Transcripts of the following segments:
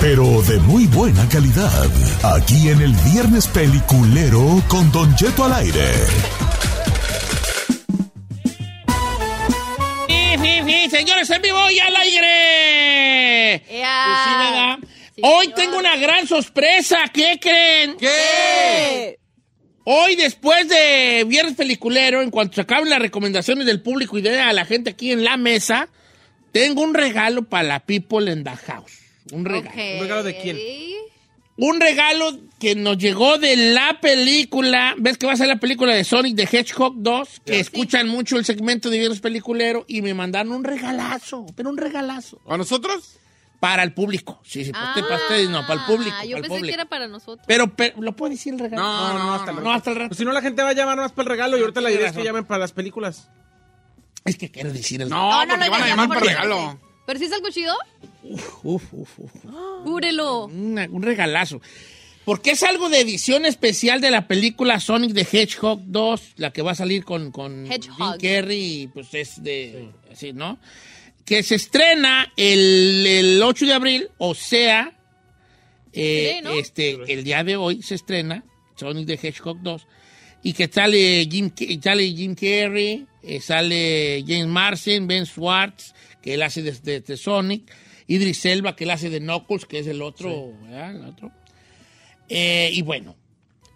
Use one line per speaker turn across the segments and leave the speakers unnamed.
pero de muy buena calidad. Aquí en el Viernes Peliculero con Don Jeto al aire.
Sí, sí, sí, señores, en vivo y al aire. Pues sí, ¿verdad? Hoy tengo una gran sorpresa, ¿qué creen?
¿Qué?
Hoy, después de Viernes Peliculero, en cuanto se acaben las recomendaciones del público y de a la gente aquí en la mesa, tengo un regalo para la people in the house. Un regalo.
¿Un regalo de quién?
Un regalo que nos llegó de la película. ¿Ves que va a ser la película de Sonic de Hedgehog 2? Que escuchan mucho el segmento de Viernes Peliculero y me mandaron un regalazo, pero un regalazo.
¿A nosotros?
Para el público. Sí, sí, para
Este
usted- para ustedes, no, para el público.
Ah, yo
para el
pensé
público.
que era para nosotros.
Pero, pero, ¿lo puede decir el regalo?
No, no, hasta
no,
luego.
hasta el rato.
Pues si no, la gente va a llamar más para el regalo y ahorita la idea es que
razón.
llamen para las películas.
Es que quiero decir el
No, porque van a
ya,
llamar
por
para el
favor.
regalo.
¿Pero si es algo chido?
Uf, uf, uf.
Cúbrelo.
Una- un regalazo. Porque es algo de edición especial de la película Sonic de Hedgehog 2, la que va a salir con, con
Hedgehog.
Jim Carrey, y, pues es de... Así, ¿no? Que se estrena el, el 8 de abril, o sea, eh,
Sí, ¿no?
este, el día de hoy se estrena Sonic de Hedgehog 2 y que sale Jim, Ca- sale Jim Carrey, eh, sale James Marsden, Ben Schwartz, que él hace de, de- de Sonic, Idris Elba, que él hace de Knuckles, que es el otro, ¿verdad? El otro. Eh, y bueno,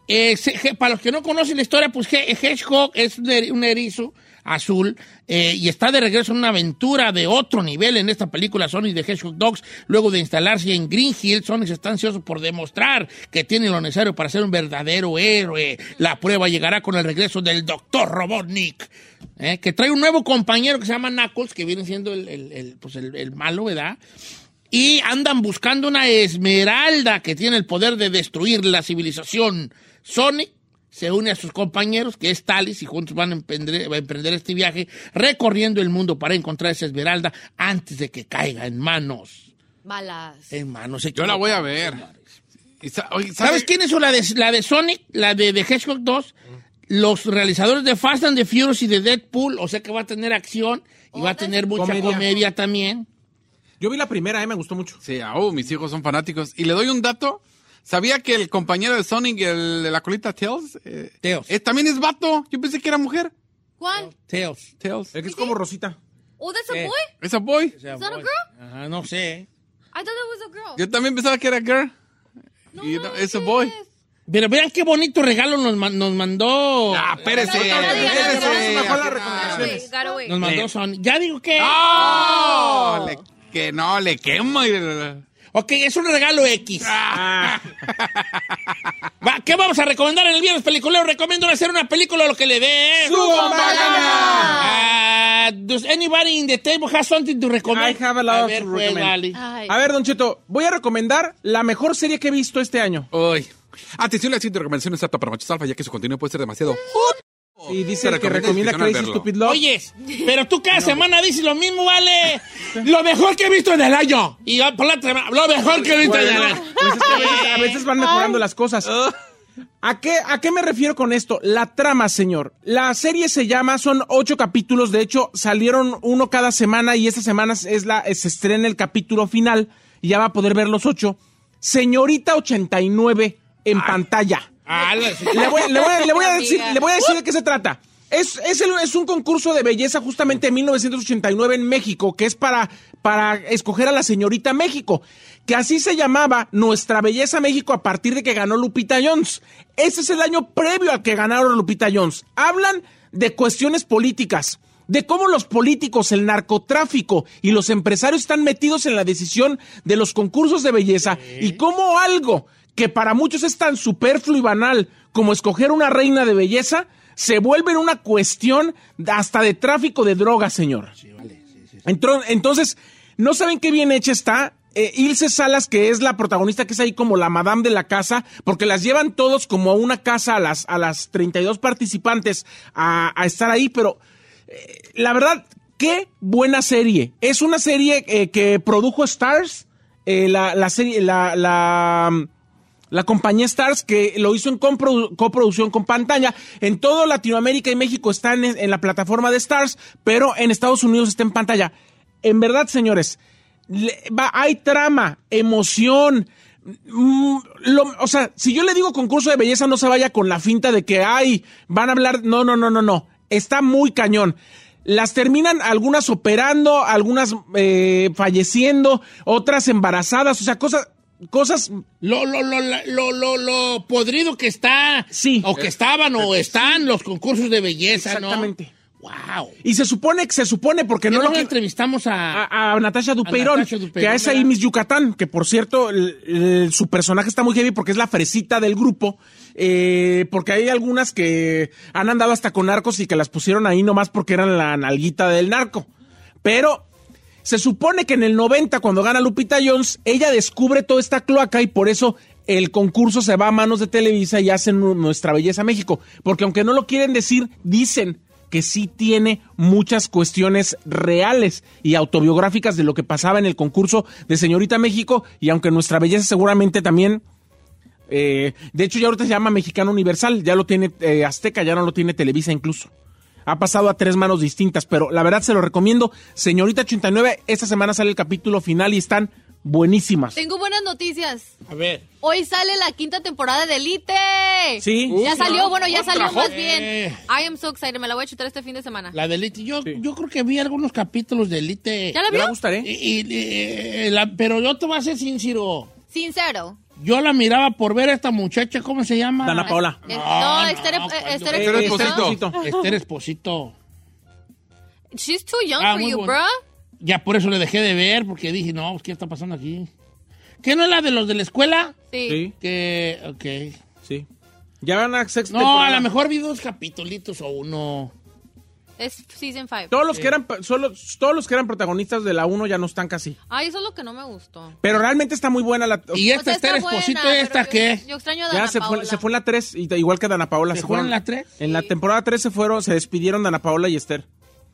eh, se- je- para los que no conocen la historia, pues he- Hedgehog es un eri- un erizo azul eh, y está de regreso en una aventura de otro nivel en esta película Sonic de Hedgehog Dogs. Luego de instalarse en Green Hill, Sonic está ansioso por demostrar que tiene lo necesario para ser un verdadero héroe. La prueba llegará con el regreso del Doctor Robotnik, eh, que trae un nuevo compañero que se llama Knuckles, que viene siendo el, el- el, pues el- el malo, ¿verdad? Y andan buscando una esmeralda que tiene el poder de destruir la civilización. Sonic se une a sus compañeros, que es Talis, y juntos van a emprender, va a emprender este viaje recorriendo el mundo para encontrar esa esmeralda antes de que caiga en manos.
Balas.
Eh,
En manos
Yo la voy a
equivocadas,
ver.
señores.
Y sa- oye, ¿sabe-
¿Sabes quién es la de, la de Sonic? La de, de Hedgehog 2. Los realizadores de Fast and the Furious y de Deadpool. O sea que va a tener acción y
Oh,
va a tener mucha
Comedia.
comedia también.
Yo vi la primera, eh, me gustó mucho.
Sí, ah, oh, mis hijos son fanáticos. Y le doy un dato. ¿Sabía que el compañero de Sonic, el de la colita Tails, eh,
Tails.
eh, también es vato? Yo pensé que era mujer.
¿Cuál?
Tails.
Tails.
Es que es como Rosita.
¿Oh, that's a
Eh.
boy?
¿Esa boy?
Is that a girl?
Ajá, no sé.
I thought that was a girl. Oh,
Yo también pensaba que era girl.
No
y no,
manches.
es a boy.
Pero vean qué bonito regalo nos, ma- nos mandó. eh,
Ah, espérese.
No, no, no, no,
espérese.
no, no, no,
no, no,
Ah,
Got away, got away.
Nos mandó Sony. Ya digo que.
¡No! Le- que no, le quemo. y-
Ok, es un regalo X.
Ah.
Va, ¿Qué vamos a recomendar en el viernes peliculero? Recomiendo hacer una película lo que le dé. ¿eh? Ah, does anybody in the table have something to recommend?
I have a lot
ver,
to
pues,
recommend.
dale.
Ay.
A ver, Don Cheto, voy a recomendar la mejor serie que he visto este año.
Uy. Atención, la siguiente recomendación es apta para machos alfa, ya que su contenido puede ser demasiado.
Y dice
Oh, Te
que recomienda
recomiendo que no
Crazy
verlo.
Stupid Love.
Oyes, pero tú cada semana dices lo mismo, vale. Lo mejor que he visto en el año. Y yo, por la otra semana, lo mejor que he visto en el
Bueno,
año.
pues es que a, veces, a veces van mejorando las cosas. ¿A qué, ¿A qué me refiero con esto? La trama, señor. La serie se llama, son ocho capítulos, de hecho salieron uno cada semana y esta semana es la, se estrena el capítulo final y ya va a poder ver los ocho. Señorita 89 en pantalla.
Ah, la-
Le voy, le voy- le voy a decir,
Amiga.
le voy a decir de qué se trata. Es, es, el- es un concurso de belleza justamente en 1989 en México, que es para, para escoger a la señorita México, que así se llamaba Nuestra Belleza México a partir de que ganó Lupita Jones. Ese es el año previo al que ganaron Lupita Jones. Hablan de cuestiones políticas, de cómo los políticos, el narcotráfico y los empresarios están metidos en la decisión de los concursos de belleza y cómo algo que para muchos es tan superfluo y banal como escoger una reina de belleza se vuelve en una cuestión hasta de tráfico de drogas, señor. Entro- entonces, no saben qué bien hecha está. eh, Ilse Salas, que es la protagonista, que es ahí como la madame de la casa, porque las llevan todos como a una casa a las, a las 32 participantes a, a estar ahí, pero eh, la verdad, qué buena serie. Es una serie eh, que produjo Stars, eh, la, la serie, la, la, la compañía Stars que lo hizo en compro- coproducción con Pantalla. En todo Latinoamérica y México está en, en la plataforma de Stars, pero en Estados Unidos está en Pantalla. En verdad, señores, le- va- hay trama, emoción. mm, lo- o sea, si yo le digo concurso de belleza, no se vaya con la finta de que, ay, van a hablar. No, no, no, no, no. Está muy cañón. Las terminan algunas operando, algunas eh, falleciendo, otras embarazadas, o sea, cosas, cosas
Lo, lo, lo, la- lo, lo, lo podrido que está.
Sí.
O que estaban o están los concursos de belleza,
Exactamente.
¿no? Wow.
Y se supone que se supone, porque no
no
lo
que
que. Ah.
entrevistamos a,
A, a Natasha Dupeirón,
Natasha Dupeyron,
que es ahí
¿verdad?
Miss Yucatán, que por cierto, el- el- su personaje está muy heavy porque es la fresita del grupo, eh, porque hay algunas que han andado hasta con narcos y que las pusieron ahí nomás porque eran la nalguita del narco. Pero se supone que en el 90, cuando gana Lupita Jones, ella descubre toda esta cloaca y por eso el concurso se va a manos de Televisa y hacen nu- Nuestra Belleza México. Porque aunque no lo quieren decir, dicen que sí tiene muchas cuestiones reales y autobiográficas de lo que pasaba en el concurso de Señorita México y aunque Nuestra Belleza seguramente también... eh, de hecho ya ahorita se llama Mexicano Universal, ya lo tiene eh, Azteca, ya no lo tiene Televisa incluso. Ha pasado a tres manos distintas, pero la verdad se lo recomiendo. Señorita 89, esta semana sale el capítulo final y están buenísimas.
Tengo buenas noticias.
A ver.
Hoy sale la quinta temporada de Elite.
Sí.
Ya salió, bueno, ya
Otra
salió más
joya.
bien.
Eh.
I am so excited, me la voy a chutar este fin de semana.
La de Elite. Yo, yo creo que vi algunos capítulos de Elite.
¿Ya la
¿Te va a
vio?
gustar, eh?
Y- y- y- la- pero yo te voy a ser sincero.
Sincero.
Yo la miraba por ver a esta muchacha, ¿cómo se llama?
Dana Paola.
Es-
No,
Eh, no,
no,
Esther,
cuando-
eh, Esther
Esther
Esposito.
Esposito.
Esther Esposito.
She's too young
Ah,
for
muy
you,
bueno.
bro.
Ya por eso le dejé de ver, porque dije, no, pues, ¿qué está pasando aquí? ¿Qué no es la de los de la escuela?
Sí.
Sí,
Que, ok.
sí. Ya van a sexta
No,
temporada.
a lo mejor vi dos capítulos o uno.
Es season 5.
Todos los, que eran, pa- solo, todos los que eran protagonistas de la 1 ya no están casi.
Ay, eso es lo que no me gustó.
Pero realmente está muy buena la...
Y
O sea,
esta Esther
está
Esposito,
buena,
¿y esta
pero
qué?
Yo, yo extraño a Dana
Ya se fue,
Paola.
se fue en la 3, igual que Dana Paola.
¿Se fue
fueron.
en la tres?
En la temporada 3 se fueron, se despidieron Dana Paola y Esther.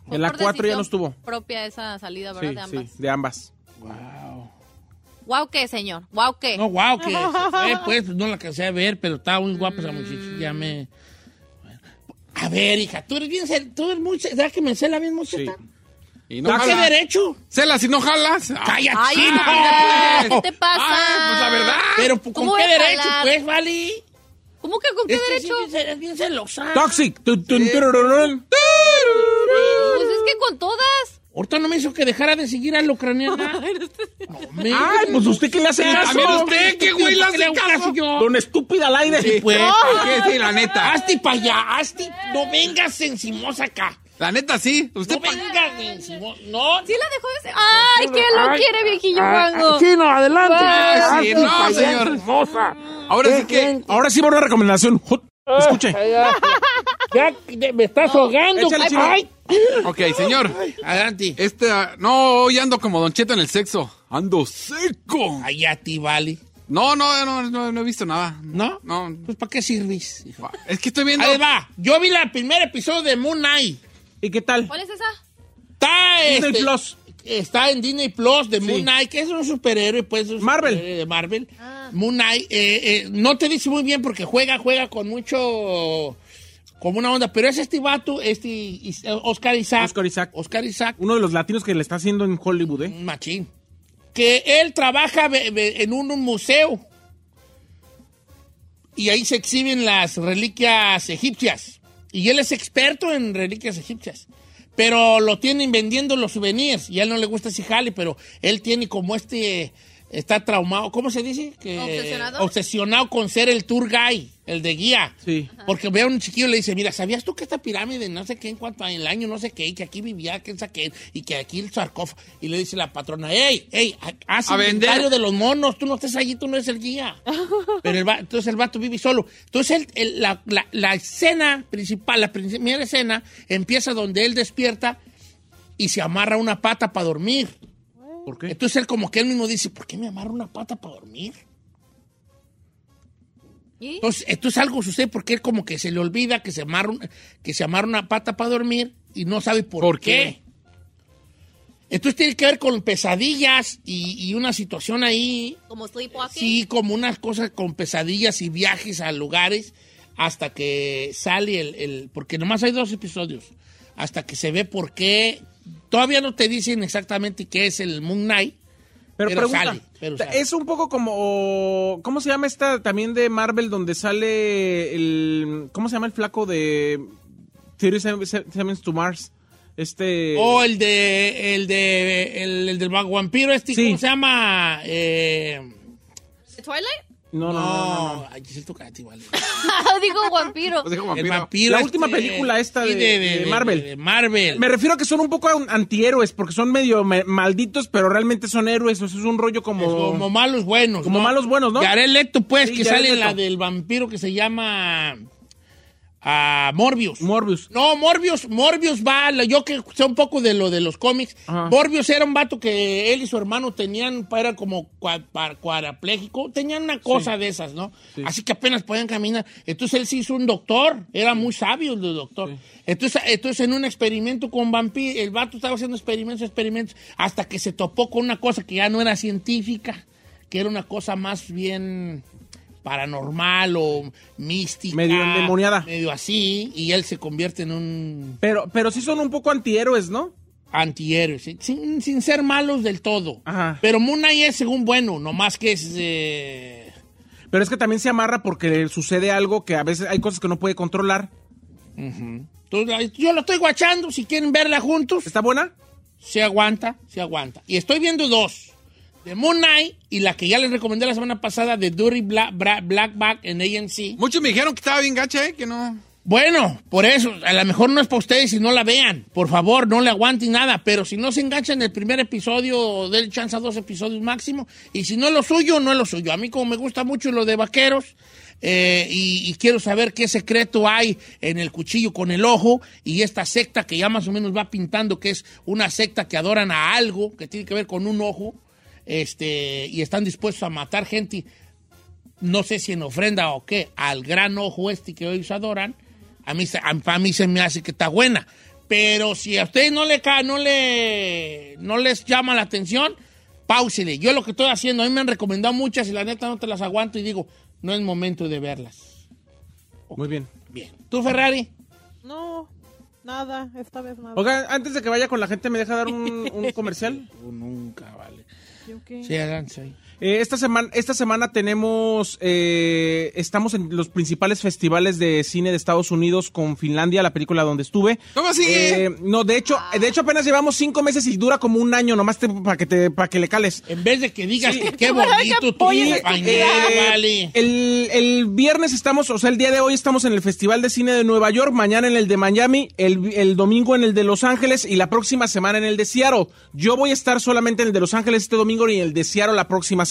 Fue
En la
por
4
decisión
ya no estuvo.
propia esa salida, ¿verdad?
Sí,
de ambas.
sí, de ambas.
Wow.
Wow, qué, señor. Wow, qué.
No, wow, que se fue, pues, no la cansé de ver, pero estaba muy guapa esa muchacha. Ya me. A ver, hija, tú eres bien. ser- Tú eres muy. ser- ¿Será que me sé la bien muchacha?
Y no
¿A qué
jalas.
derecho?
Celas y no jalas.
¡Cállate,
Ay, pues,
chino!
estúpida, ¿qué te pasa?
Ay, pues la verdad.
Pero ¿con
este ¿Cómo
qué
voy a
derecho,
jalar?
pues, Vali?
¿Cómo que con qué
Es que
derecho?
sí, eres bien celosa.
Toxic. Tun, tun, turururun.
Pues es que con todas.
Ahorita no me hizo que dejara de seguir a la ucraniana. No, me-
Ay, pues usted que le hace caso.
También usted,
Este
qué güey, le hace
¿Qué hago
caso?
yo?
Don estúpida al aire.
Sí, pues.
Hay que decir la neta.
Hazte para allá, hazte. No vengas encimosa acá.
La neta, sí. Usted
No vengas encimosa. No.
Sí la dejó de ser. Ay, que lo quiere, viejillo guango.
no, adelante.
Ah, sí, no, señor. Ahora sí que.
Ahora sí va una recomendación. Jut.
Ah.
Escuche.
Ya te- me estás ahogando.
Échale,
Ay,
chino.
ay.
oh, Ok, señor.
Adelante.
Este. ah, No, hoy ando como Don Cheto en el sexo. Ando seco.
Allá ti, vale.
No, no, no, no, no he visto nada.
¿No?
No.
Pues ¿para qué sirves?
Es que estoy viendo.
Ahí va. Yo vi el primer episodio de Moon Knight.
¿Y qué tal?
¿Cuál es esa?
Está
Disney
este,
Plus.
Está en Disney Plus de Moon Knight, que es un superhéroe, pues. es un
Marvel.
superhéroe De Marvel. Moon Knight. eh, eh, no te dice muy bien porque juega, juega con mucho. Como una onda. Pero es este vato, este. Is- Oscar Isaac.
Oscar Isaac.
Oscar Isaac,
Uno de los latinos que le está haciendo en Hollywood, ¿eh?
un machín. Que él trabaja be- be- en un, un museo. Y ahí se exhiben las reliquias egipcias. Y él es experto en reliquias egipcias. Pero lo tienen vendiendo los souvenirs. Y a él no le gusta ese jale, pero él tiene como este Está traumado, ¿cómo se dice? Que-
¿Obsesionado?
Obsesionado con ser el tour guy, el de guía.
Sí.
Porque ve a un chiquillo y le dice, mira, ¿sabías tú que esta pirámide, no sé qué, en cuanto al año, no sé qué, y que aquí vivía, que saqué, y que aquí el sarcófago? Y le dice la patrona, hey, hey, haz
A
inventario
vender.
de los monos, tú no estás allí, tú no eres el guía. Pero el va- entonces el vato vive solo. Entonces el- el- la, la- la escena principal, la primera escena, empieza donde él despierta y se amarra una pata para dormir.
¿Por qué?
Entonces él como que él mismo dice, ¿por qué me amarro una pata para dormir?
¿Y?
Entonces, entonces algo sucede porque él como que se le olvida que se amarra, un- que se amarra una pata para dormir y no sabe por,
¿Por
qué. Entonces tiene que ver con pesadillas y, y una situación ahí,
Como sleepwalking.
sí, como unas cosas con pesadillas y viajes a lugares hasta que sale el, el- Porque nomás hay dos episodios. Hasta que se ve por qué. Todavía no te dicen exactamente qué es el Moon Knight.
Pero,
Pero
pregunta,
sale, pero sale.
es un poco como, ¿cómo se llama esta también de Marvel donde sale el, ¿cómo se llama el flaco de Theory Sevens to Mars? Este...
O Oh, el de. El de. El, el del vampiro, este,
Sí.
¿cómo se llama? Eh,
¿Twilight?
no, no, no, no, no.
Ay, es tu cati, vale.
Digo vampiro.
Pues dijo
El
vampiro.
vampiro. este
La última película esta
sí,
de- de Marvel.
De, de Marvel.
Me refiero a que son un poco an- antihéroes porque son medio me- malditos, pero realmente son héroes. O sea, es un rollo como...
como malos buenos.
Como malos buenos, ¿no?
Jared Leto, pues,
Sí,
que
Jared
sale en la
Leto.
del vampiro que se llama. ah, Morbius.
Morbius.
No, Morbius, Morbius va, la- yo que sé un poco de lo de los cómics.
Ajá.
Morbius era un vato que él y su hermano tenían, era como cua- pa- cuadrapléjico, tenían una cosa de esas, ¿no? Así que apenas podían caminar. Entonces él se hizo un doctor, era muy sabio el doctor. Entonces, entonces en un experimento con vampiro, el vato estaba haciendo experimentos, experimentos, hasta que se topó con una cosa que ya no era científica, que era una cosa más bien paranormal o mística.
Medio endemoniada.
Medio así, y él se convierte en un
Pero, pero sí son un poco antihéroes, ¿no?
antihéroes, ¿sí? sin, sin ser malos del todo.
Ajá.
Pero Moon Knight es según bueno, nomás que es... eh,
Pero es que también se amarra porque sucede algo que a veces hay cosas que no puede controlar.
entonces, yo lo estoy guachando, si quieren verla juntos,
¿Está buena?
se aguanta, se aguanta. Y estoy viendo dos, de Moon Knight y la que ya les recomendé la semana pasada, de Dury Bla- Bra- Blackback en AMC.
Muchos me dijeron que estaba bien gacha, ¿eh? Que no.
Bueno, por eso, a lo mejor no es para ustedes si no la vean. Por favor, no le aguanten nada. Pero si no se enganchan en el primer episodio, del chance a dos episodios máximo. Y si no es lo suyo, no es lo suyo. A mí, como me gusta mucho lo de vaqueros, eh, y, y quiero saber qué secreto hay en el cuchillo con el ojo y esta secta que ya más o menos va pintando que es una secta que adoran a algo que tiene que ver con un ojo este y están dispuestos a matar gente no sé si en ofrenda o qué, al gran ojo este que hoy se adoran, a mí, se- a, a mí se me hace que está buena. Pero si a ustedes no, le, ca- no, le, no les llama la atención, páusele. Yo lo que estoy haciendo, a mí me han recomendado muchas y la neta no te las aguanto y digo, no es momento de verlas.
Muy bien.
Bien. ¿Tú, Ferrari?
No, nada, esta vez nada.
Oiga, antes de que vaya con la gente, ¿me deja dar un, un comercial?
Tú nunca, vale.
¿Yo qué?
Sí, adelante. sí.
Eh, esta, semana, esta semana tenemos, eh, estamos en los principales festivales de cine de Estados Unidos con Finlandia, la película donde estuve.
¿Cómo así?
Eh, no, de hecho, de hecho apenas llevamos cinco meses y dura como un año nomás para que te, para que le cales.
En vez de que digas que qué
Ahora que
bonito tu
apoyes
Eh,
compañero, vale.
el, el viernes estamos, o sea, el día de hoy estamos en el Festival de Cine de Nueva York, mañana en el de Miami, el, el domingo en el de Los Ángeles y la próxima semana en el de Seattle. Yo voy a estar solamente en el de Los Ángeles este domingo y en el de Seattle la próxima semana.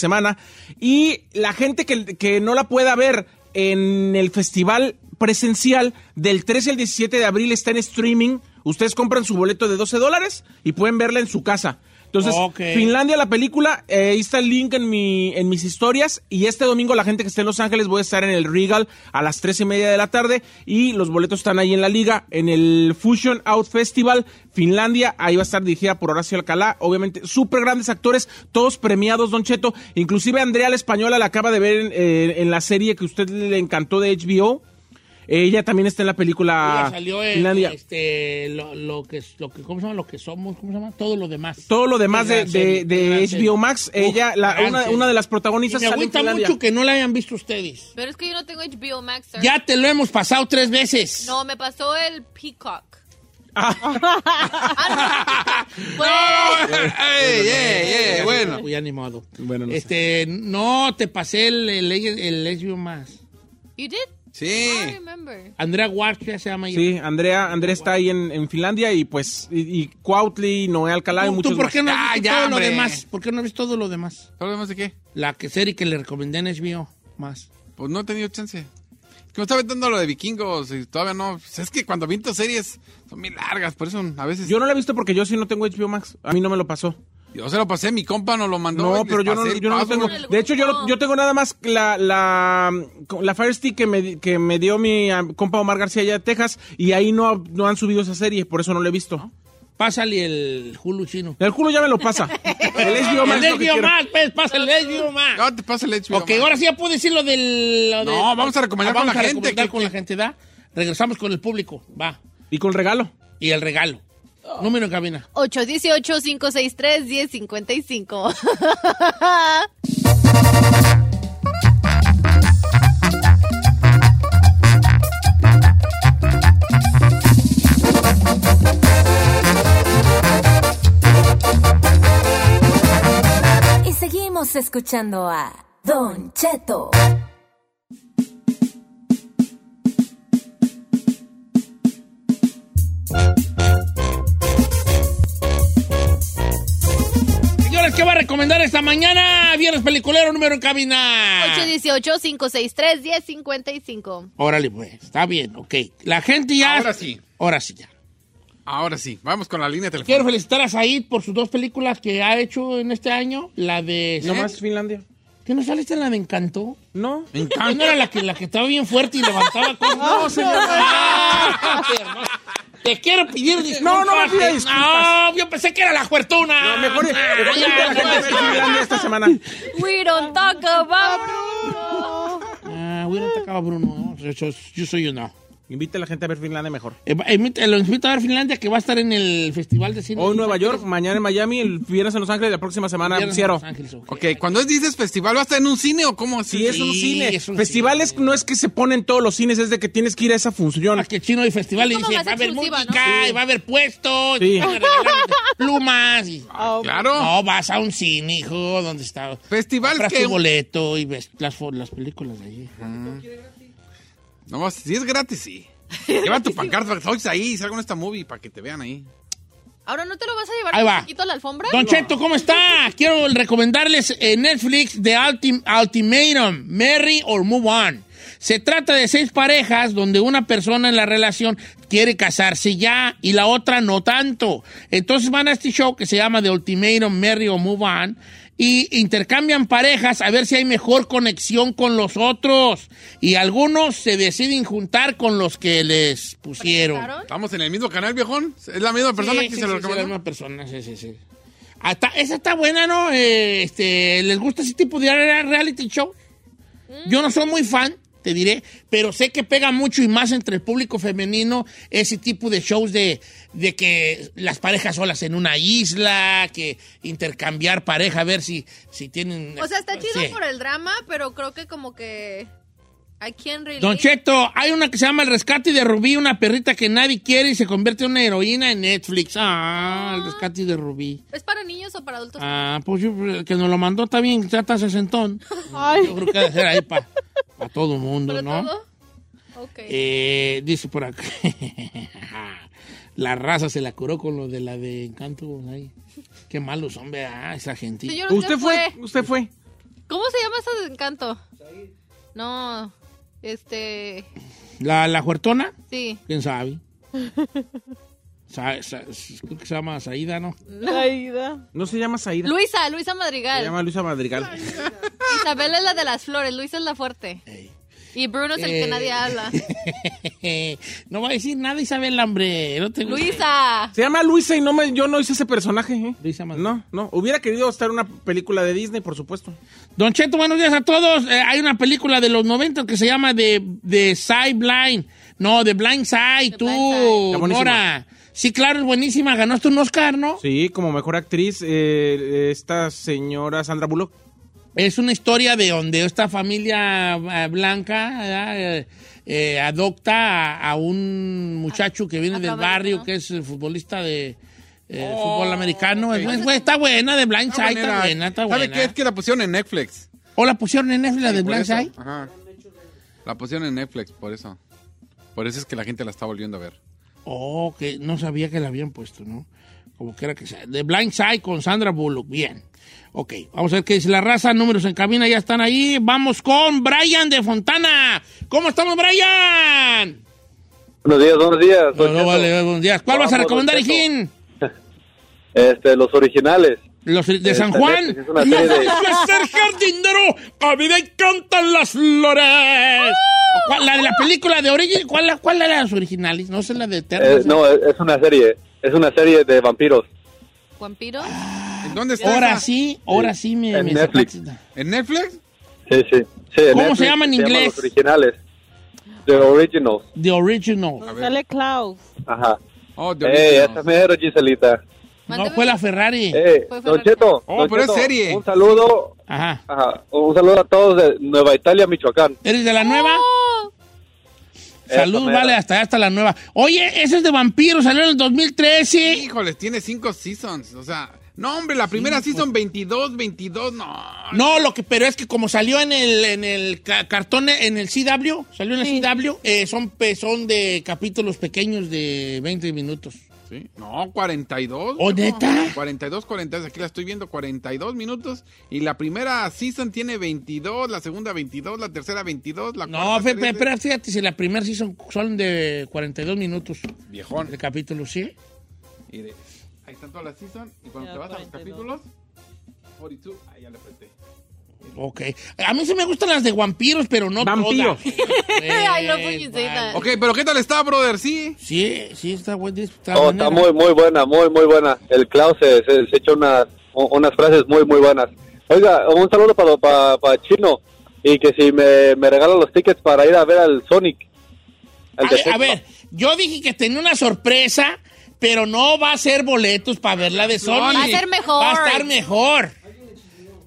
Y la gente que, que no la pueda ver en el festival presencial del 13 al 17 de abril está en streaming. Ustedes compran su boleto de 12 dólares y pueden verla en su casa. Entonces,
Ok.
Finlandia Finlandia la película, eh, ahí está el link en, mi, en mis historias y este domingo la gente que esté en Los Ángeles voy a estar en el Regal a las tres y media de la tarde y los boletos están ahí en la liga, en el Fusion Out Festival Finlandia, ahí va a estar dirigida por Horacio Alcalá, obviamente súper grandes actores, todos premiados, Don Cheto, inclusive Andrea la Española la acaba de ver en, eh, en la serie que a usted le encantó de HBO, ella también está en la película
Ya salió el-
Ah, Finlandia.
este, lo, lo que, lo que, ¿cómo se llama? Lo que somos, ¿cómo se llama? Todo lo demás.
Todo lo demás de,
Gran serie,
de- de
gran serie.
HBO Max,
Uf,
ella, la-
gran
una,
serie.
una de las
Y
protagonistas
me
sale en
agüita
Finlandia.
mucho que no la hayan visto ustedes.
Pero es que yo no tengo HBO Max, sir.
Ya te lo hemos pasado tres veces.
No, me pasó el Peacock.
Ah.
Ah,
Eh,
¡Ey, ey, ey! Bueno.
Uy, animado.
Bueno, no sé.
Eh, este, no te pasé el, el, el lesbio más.
You did? I
Sí.
remember.
Andrea Warchia se llama ella.
Sí, Andrea, Andrea está ahí en, en Finlandia y pues, y, y Cuautli, Noé Alcalá y
¿Tú,
muchos
tú por qué no
más.
has visto
Ah, ya,
todo lo
hombre.
demás? ¿Por qué no has visto todo lo demás?
¿Todo lo demás de qué?
La que serie que le recomendé en HBO más.
Pues no he tenido chance. Es que me está aventando lo de vikingos y todavía no. Pues es que cuando viento series son muy largas, por eso a veces.
Yo
Yo,
no la he visto porque yo sí no tengo HBO Max. A mí no me lo pasó.
se lo pasé, mi compa nos lo mandó.
No,
y les
pero yo no,
pasé el
yo no lo
password.
tengo.
En el
De hecho, yo,
grupo.
lo- yo tengo nada más la, la, la Fire Stick que me, que me dio mi ah, compa Omar García allá de Texas y ahí no, no han subido esa serie, por eso no la he visto.
Pásale el Hulu chino.
El culo ya me lo pasa. El HBO Max.
El
es lo que
lesbio
quiero.
más, pues, pásale el lesbio más.
No, te pasa el HBO.
Ok,
man.
ahora sí ya puedo decir lo del... lo
No,
del- Ah,
vamos a recomendar
vamos
con la
a
gente,
recomendar
que-
con la gente, ¿da? Regresamos con el público, va.
Y con regalo.
Y el regalo. Número en cabina.
818-563-1055.
Y seguimos escuchando a Don Cheto.
Señores, ¿qué va a recomendar esta mañana? Viernes peliculero, número en cabina.
818-563-1055.
Órale, pues, está bien, ok. La gente ya...
Ahora sí.
Ahora sí ya.
Ahora sí, vamos con la línea
Quiero
telefónica.
felicitar a Said por sus dos películas que ha hecho en este año. La de...
No más Finlandia.
¿Qué no saliste en la de Encantó?
No.
Me
Ah, no
encanta.
era la que, la que estaba bien fuerte y levantaba cosas. No, Te quiero pedir disculpas.
No, no me pida
Te-
disculpas.
No, yo pensé que era la juertuna.
No, mejor
ah,
explícale a la gente de Finlandia esta semana.
We don't talk about
Ah, güey, no te acaba Bruno. Yo, yo- yo soy yo, no.
Invita a la gente a ver Finlandia mejor.
Eh, eh, invita- Lo invito a ver Finlandia que va a estar en el Festival de Cine.
Hoy en Oh, Nueva York, mañana en Miami, el viernes en Los Ángeles, la próxima semana en
Viernes en
Seattle.
Los Ángeles, ok.
Ok, cuando dices festival, ¿va a estar en un cine o cómo así?
Sí, es un
Sí,
cine.
es un
Festivales no es que se ponen todos los cines, es de que tienes que ir a esa función.
Ah, que chino hay festival y
Es como
dice,
más
va a haber
exclusiva,
música,
¿no?
y va a haber puestos,
Sí.
y van a regalar plumas. y-
Ah, Claro.
No, vas a un cine, hijo, donde está.
Festival
Compras
que-
tu boleto y ves las, fo- las películas de allí.
No, si es gratis, sí. Lleva tu pancarta, sois ahí, salgo en esta movie para que te vean ahí.
Ahora no te lo vas a llevar
Ahí
un
va.
poquito a la alfombra.
Don Cheto, ¿cómo está? Quiero recomendarles eh, Netflix de Ultim- Ultimatum, Marry or Move On. Se trata de seis parejas donde una persona en la relación quiere casarse ya y la otra no tanto. Entonces van a este show que se llama The Ultimatum, Marry or Move On y intercambian parejas a ver si hay mejor conexión con los otros. Y algunos se deciden juntar con los que les pusieron.
¿Presentaron?
Estamos en el mismo canal, viejón. Es la misma persona
Sí,
que
sí,
se lo
sí, sí, la
recomendó.
misma persona, sí, sí, sí. Ah, está- esa está buena, ¿no? Eh, este, ¿Les gusta ese tipo de re- reality show? Yo no soy muy fan, te diré, pero sé que pega mucho y más entre el público femenino ese tipo de shows de, de que las parejas solas en una isla, que intercambiar pareja, a ver si, si tienen...
O sea, está chido
Sí.
por el drama, pero creo que como que... I can't relate.
Don Cheto, hay una que se llama El Rescate de Rubí, una perrita que nadie quiere y se convierte en una heroína en Netflix. Ah, El Rescate de Rubí.
¿Es para niños o para adultos?
Ah, pues yo, el que nos lo mandó está bien, ya está sesentón. Yo
Ay,
creo que ha de ser ahí para todo el mundo,
¿Para
¿no?
todo? Ok.
Eh, dice por acá. la raza se la curó con lo de la de Encanto. ay. Qué malos son, vea, ah, esa gente.
Señor,
Usted fue, usted fue.
¿Cómo se llama ese de encanto? No, este...
La, la huertona,
Sí.
quién sabe. Sa- sa- creo que se llama Saída, ¿no?
la ida.
No se llama Saida.
Luisa, Luisa
Se
Madrigal.
llama Luisa Madrigal.
Isabel es la de las flores, Luisa es la fuerte.
Ey.
Y Bruno es el
Eh.
que nadie habla.
no va a decir nada Isabel Hambre. No te gusta.
Luisa.
Se llama Luisa y no me, yo no hice ese personaje. ¿eh?
Luisa Madrigal.
No, no. Hubiera querido estar en una película de Disney, por supuesto.
Don Cheto, buenos días a todos. Eh, hay una película de los 90 que se llama The, The Side Blind. No, The Blind Side,
The
tú,
Blind Side.
Está buenísima.
Nora. Sí, claro, es buenísima. Ganaste un Oscar, ¿no?
Sí, como mejor actriz, eh, esta señora Sandra Bullock.
Es una historia de donde esta familia eh, blanca ¿verdad? Eh, eh, adopta a, a un muchacho que viene del
Afroamericano.
barrio, que es eh, futbolista de eh,
Oh,
fútbol americano. Es buen- güey, está buena, de
Está
Blindside,
buena.
está buena, está
¿Sabe
buena.
qué? Es que la pusieron en Netflix.
¿O la pusieron en Netflix, la de
Por eso,
Blindside?
Ajá. La pusieron en Netflix, por eso. Por eso es que la gente la está volviendo a ver.
Oh, que no sabía que la habían puesto, ¿no? Como quiera que sea. The Blind Side con Sandra Bullock. Bien. Ok, vamos a ver qué dice la raza. Números en cabina ya están ahí. Vamos con Brian de Fontana. ¿Cómo estamos, Brian?
Buenos días, buenos días.
No,
Don
Pues no,
Cheto.
vale, buenos días. ¿Cuál vas a
Vamos,
recomendar,
Don Cheto.
Hijín?
Este, los originales.
¿Los de
Este,
San Juan?
es una
¡Me
serie de-
gusta ser jardinero! ¡A mí me encantan las flores! ¿Cuál, ¿La de la película de origen? ¿Cuál, la- cuál era de las originales? No sé, la de Eterno.
Eh, no, es es una serie. Es una serie de vampiros.
¿Vampiro?
¿En dónde está?
Ahora
esa?
sí, ahora sí me...
En
me
Netflix.
sacaste.
¿En Netflix?
Sí, sí. sí en
¿Cómo se
Netflix
llama en inglés?
Los originales. The Originals.
The Original.
A ver.
Sale Klaus.
Ajá.
Oh, The
Ey,
Originals.
esa es mero, Giselita.
No
Mándeme-
fue la Ferrari.
Eh.
Ey,
Fue
Don
Ferrari.
Cheto.
Oh,
Don
pero es
Cheto,
serie.
Un saludo.
Ajá.
Ajá. Un saludo a todos de Nueva Italia, Michoacán.
¿Eres de la nueva?
¡Oh!
Salud,
mera.
vale, hasta allá, hasta la nueva. Oye, ese es de vampiro, salió en el 2013.
Híjoles, tiene cinco seasons. O sea, no, hombre, la primera season 22, 22, no.
No, lo que, pero es que como salió en el, en el ca- cartón, en el CW, salió en el CW, eh, son, pe- son de capítulos pequeños de 20 minutos.
Sí, no, 42.
¿O
no.
¿Oh, neta?
42, 42. Aquí la estoy viendo, 42 minutos. Y la primera season tiene 22, la segunda 22, la tercera 22, la
No,
cuarta,
fe- fe-
13.
espera, fíjate, si la primera sí son, son de 42 minutos
Viejón.
de capítulos, ¿sí?
Y de- ahí están todas las season. Y cuando
Ya,
te vas a los
42.
capítulos, 42, ahí ya le apreté.
Ok. A mí sí me gustan las de vampiros, pero no
Vampiro.
todas. Eh,
I love when you say that.
Ok, pero ¿qué tal está, brother? Sí.
Sí, sí, está bueno. Está,
Oh,
buena.
está muy, muy buena, muy, muy buena. El Klaus se, se, se echa unas, u- unas frases muy, muy buenas. Oiga, un saludo para, para, para Chino. Y que si me, me regalan los tickets para ir a ver al Sonic. al
A
de
ver, a
Tecno.
ver, yo dije que tenía una sorpresa, pero no va a ser boletos para ver la de Sony.
Va a ser mejor.
Va a estar mejor.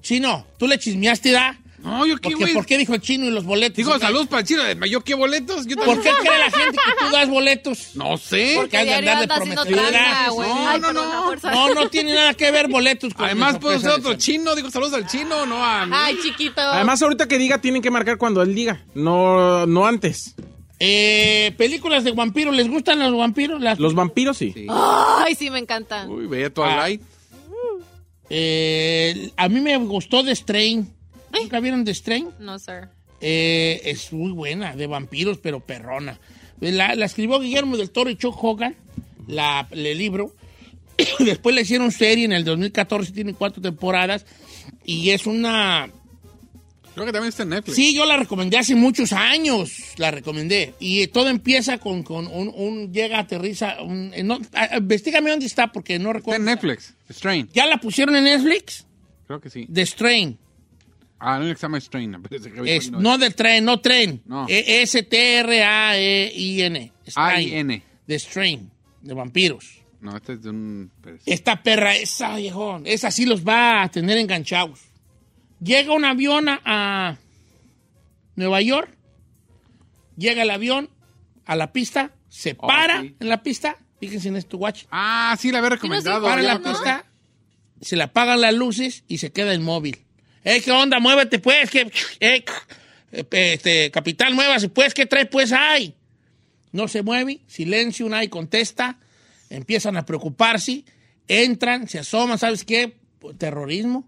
Chino, tú le chismeaste, ¿da?
No, yo qué,
Porque,
güey.
¿Por qué dijo el chino y los boletos?
Digo, salud para el chino. ¿Yo qué boletos? Yo
¿Por qué
también-
cree la gente que tú das boletos?
No sé.
Porque hay de
diario
andar de
anda haciendo
prometedora.
trampa, güey.
No,
Ay,
no,
perdón,
no.
a fuerza.
No, no tiene nada que ver boletos con
Además,
la
puedo ser
sorpresa
otro
de Sony.
chino. Digo, saludos al chino, no a mí.
Ay, chiquito.
Además, ahorita que diga, tienen que marcar cuando él diga, no, no antes.
Eh, películas de vampiros, ¿les gustan los vampiros? Las,
Los vampiros sí.
Ay, sí, me encantan.
Uy, veía Twilight.
Eh, a mí me gustó The Strain. ¿Nunca vieron The Strain?
No, sir.
Eh, es muy buena, de vampiros, pero perrona. La, la escribió Guillermo del Toro y Chuck Hogan, la, el libro. Después la hicieron serie en el 2014, tiene cuatro temporadas. Y es una...
Creo que también está en Netflix.
Sí, yo la recomendé hace muchos años, la recomendé. Y todo empieza con, con un, un- Llega, aterriza... Un, eh, no, ah, ah, investígame dónde está porque no
Está en
recuerdo.
Netflix. Strain.
¿Ya la pusieron en Netflix?
Creo que sí.
The Strain.
Ah, no, el examen Strain. pero ese creo que
Es- no del tren, no tren.
No.
E- S-T-R-A-E-I-N.
A-I-N.
The Strain, de vampiros.
No, este es de un. pues,
Esta perra, esa viejón, esa sí los va a tener enganchados. Llega un avión a, a Nueva York, llega el avión a la pista, se
Oh,
para
sí.
en la pista, fíjense en esto, watch,
Ah, sí, la había recomendado.
para
ya
la
me acordé.
pista, se le apagan las luces y se queda inmóvil. ¡Eh, qué onda! ¡Muévete, pues! que eh, eh, este, capitán, muévase, pues! ¿Qué traes, pues? ¡Ay! No se mueve, silencio, nadie contesta, empiezan a preocuparse, entran, se asoman, ¿sabes qué? Pues, Terrorismo,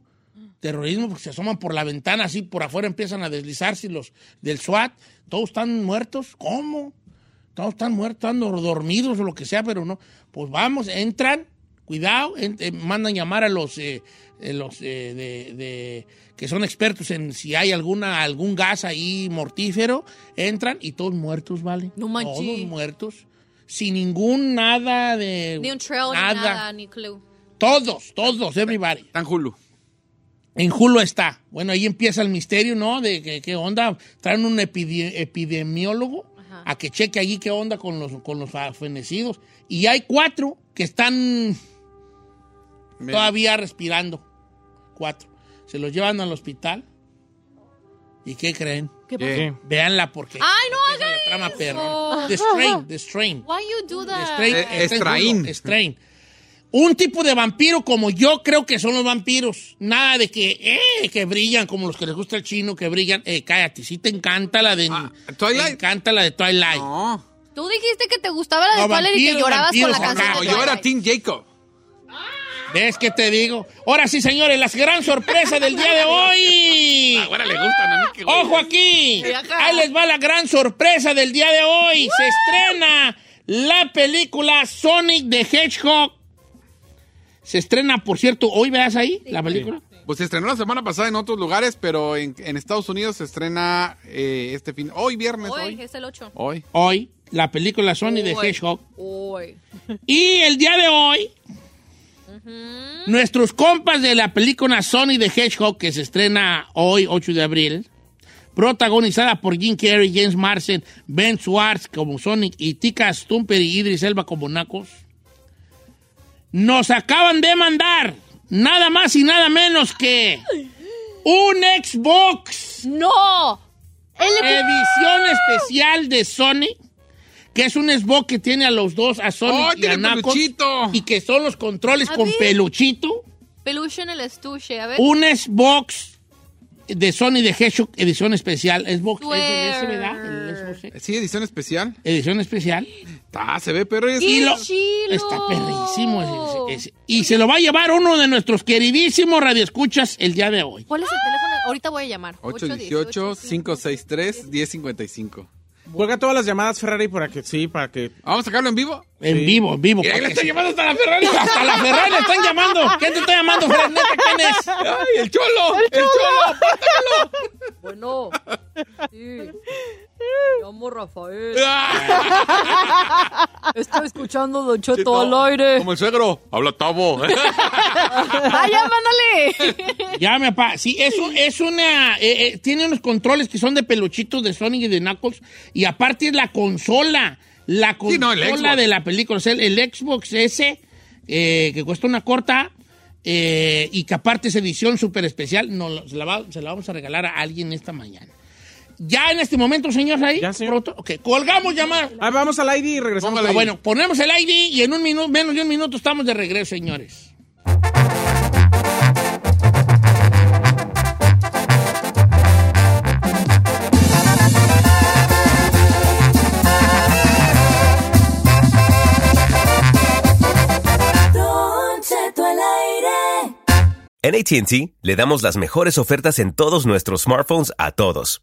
terrorismo, porque se asoman por la ventana, así por afuera empiezan a deslizarse los del SWAT, todos están muertos, ¿cómo? Todos están muertos, están dor- dormidos o lo que sea, pero no. Pues vamos, entran, cuidado, en- eh, mandan llamar a los, eh, eh, los eh, de, de- que son expertos en si hay alguna, algún gas ahí mortífero, entran y todos muertos, ¿vale?
No manches.
Todos muertos, sin ningún nada de...
Ni un trail, ni nada, ni clue.
Todos, todos, everybody.
Está en Hulu.
En Julio está. Bueno, ahí empieza el misterio, ¿no? De que- qué, onda. Traen un epide- epidemiólogo
Ajá.
a que cheque allí qué onda con los, con los fenecidos. Y hay cuatro que están
Me-
todavía respirando. Cuatro. Se los llevan al hospital. ¿Y qué creen?
¿Qué?
Véanla porque...
Ay, no
empieza la
haga
llama perro.
eso?
The Strain, The Strain.
Why you do
The
that?
Strain,
Eh,
está en
Strain.
Google, Strain. Un tipo de vampiro como yo creo que son los vampiros. Nada de que, eh, que brillan como los que les gusta el chino, que brillan. Eh, cállate, sí te encanta la de... Twilight. Te encanta la de Twilight.
Ah, No.
Tú dijiste que te gustaba la de Twilight y que llorabas con la canción. de
yo era
Twilight.
Team Jacob.
¿Ves qué te digo? Ahora sí, señores, la gran sorpresa del día de hoy.
Ahora le gustan a mí que
¡Ojo aquí! Ahí les va la gran sorpresa del día de hoy. Se estrena la película Sonic the Hedgehog. Se estrena, por cierto, hoy veas ahí la película.
Pues se estrenó la semana pasada en otros lugares, pero en, en Estados Unidos se estrena eh, este fin. Hoy viernes,
Hoy,
hoy.
es el 8.
Hoy.
Hoy, la película Sonic the
Hoy.
Hedgehog.
Hoy.
Y el día de hoy, nuestros compas de la película Sonic the Hedgehog, que se estrena hoy, 8 de abril, protagonizada por Jim Carrey, James Marsden, Ben Schwartz como Sonic y Tika Stumper y Idris Elba como Nacos, nos acaban de mandar nada más y nada menos que un Xbox
¡No!
edición especial de Sony, que es un Xbox que tiene a los dos, a Sony y
¡Oh,
a
tiene
Knuckles,
peluchito!
y que son los controles
A
con
ver.
peluchito,
Peluche en el estuche, a ver.
un Xbox de Sony de Hedgehog, edición especial, Xbox
Swear.
ese, ¿verdad? El Xbox, eh,
Sí, edición especial.
edición especial,
Ta, Ah, se ve, pero es.
Y lo-
chilo!
está perrísimo ese- ese- ese. y se lo va a llevar uno de nuestros queridísimos radioescuchas el día de hoy.
¿Cuál es el teléfono? Ahorita voy a llamar.
818-563-1055.
Juega todas las llamadas Ferrari para que sí, para que.
¿Vamos a sacarlo en vivo?
En vivo, en vivo.
Mira, ahí
para
le
que
está
se-
llamando hasta la Ferrari.
Hasta la Ferrari le están llamando. ¿Quién te está llamando, Ferrari? ¿Neta ¿Quién es?
¡Ay, el cholo! ¡El cholo!
Bueno. Sí. Llamo Rafael. Está escuchando Don Cheto
Como el suegro. Habla Tavo.
¡Vaya, mándale!
Ya, mi papá. Sí, es, un- es una. eh, eh, tiene unos controles que son de peluchitos de Sonic y de Knuckles. Y aparte es la consola. La consola
Sí, no, el Xbox.
de la película. O sea, el, el Xbox S, eh, que cuesta una corta. eh, y que aparte es edición súper especial. Nos la- se, la va- se la vamos a regalar a alguien esta mañana. Ya en este momento, señor, ahí.
Ya, señor.
pronto. Ok, colgamos llamada.
Ah, vamos al ID y regresamos.
Póngale
Ah,
ahí.
bueno, ponemos el ID y en un minuto, menos de un minuto estamos de regreso, señores.
Don Cheto al aire.
En ATT le damos las mejores ofertas en todos nuestros smartphones a todos.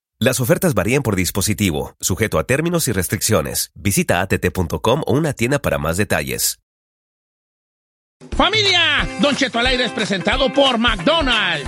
Las ofertas varían por dispositivo, sujeto a términos y restricciones. Visita att.com o una tienda para más detalles.
¡Familia! Don Cheto al aire es presentado por McDonald's.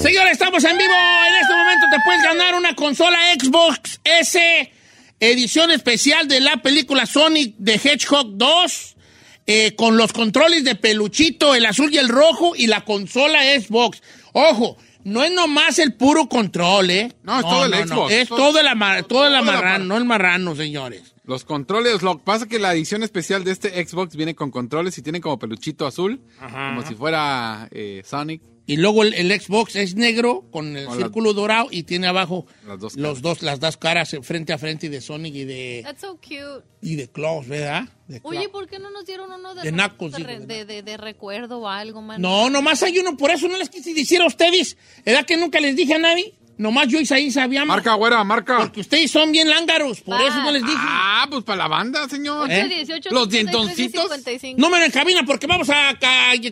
Señores, estamos en vivo. En este momento te puedes ganar una consola Xbox S, edición especial de la película Sonic de Hedgehog 2, eh, con los controles de peluchito, el azul y el rojo, y la consola Xbox. Ojo, no es nomás el puro control, ¿eh?
No, es todo el Xbox.
Es
Todo-
todo, el ama- todo el
todo la
amarrano,
mar-
no el marrano, señores.
Los controles, lo que pasa es que la edición especial de este Xbox viene con controles y tiene como peluchito azul, como si fuera eh, Sonic.
Y luego el, el Xbox es negro con el
Con la-
círculo dorado y tiene abajo
Las dos
los dos, las dos caras eh, frente a frente y de Sonic y de,
That's so cute.
y de Claus, ¿verdad? De Claus.
Oye, pues, ¿por qué no nos dieron uno de,
De nacos,
de,
digo,
re-
de
de- de- de recuerdo o algo, man?
No, nomás hay uno, por eso no les quise decir a ustedes. ¿Edad que nunca les dije a nadie? Nomás yo y Isaí sabíamos. Marca,
güera, marca.
Porque ustedes son bien lángaros, por
Va.
eso no les dije.
Ah, pues para la banda, señor.
¿eh?
818
¿Los
563
dientoncitos?
55.
Número en cabina porque vamos a, a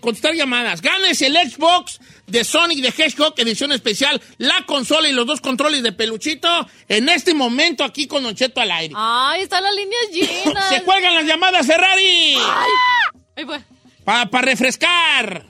contestar llamadas. Ganes el Xbox de Sonic de Hedgehog, edición especial, la consola y los dos controles de peluchito en este momento aquí con Don Cheto al aire.
Ay, están las líneas llenas.
¡Se cuelgan las llamadas, Ferrari!
Ay, pues.
Para refrescar.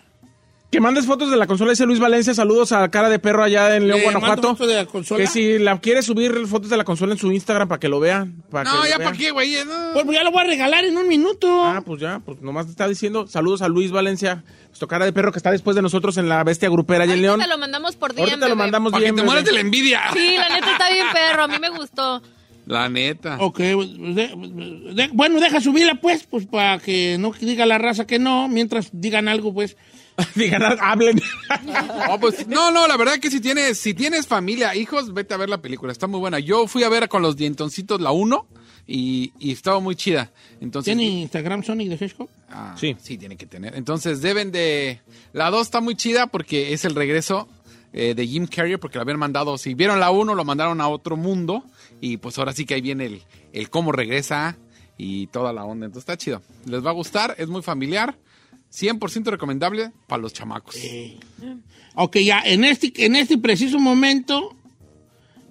Que mandes fotos de la consola, dice Luis Valencia. Saludos a Cara de Perro allá en León,
Le mando
Guanajuato.
fotos de la consola.
Que si la quiere subir fotos de la consola en su Instagram para que lo vean. para que
No,
lo
ya
vean.
para qué, güey. eh, no.
Pues ya lo voy a regalar en un minuto.
Ah, pues ya, pues nomás te está diciendo saludos a Luis Valencia, nuestro cara de perro que está después de nosotros en la bestia grupera allá en León.
Te lo mandamos por DM,
Ahorita te lo
bebé.
mandamos
Pa' que
bien.
te
bebé.
mueras de la envidia.
Sí, la neta está bien perro, a mí me gustó.
La neta.
Ok, pues, de- pues, de- bueno, deja subirla pues, pues para que no diga la raza que no, mientras digan algo pues.
Digan, hablen.
No, pues, no, no, la verdad que si tienes, si tienes familia, hijos, vete a ver la película. Está muy buena. Yo fui a ver con los dientoncitos la 1 y, y estaba muy chida. Entonces,
¿Tiene Instagram Sonic de Hedgehog?
Ah,
Sí.
sí. tiene que tener. Entonces deben de... La 2 está muy chida porque es el regreso eh, de Jim Carrey porque la habían mandado... Si vieron la 1, lo mandaron a otro mundo y pues ahora sí que ahí viene el, el cómo regresa y toda la onda. Entonces está chido. Les va a gustar, es muy familiar. 100% recomendable para los chamacos.
Ok, ya, en este, en este preciso momento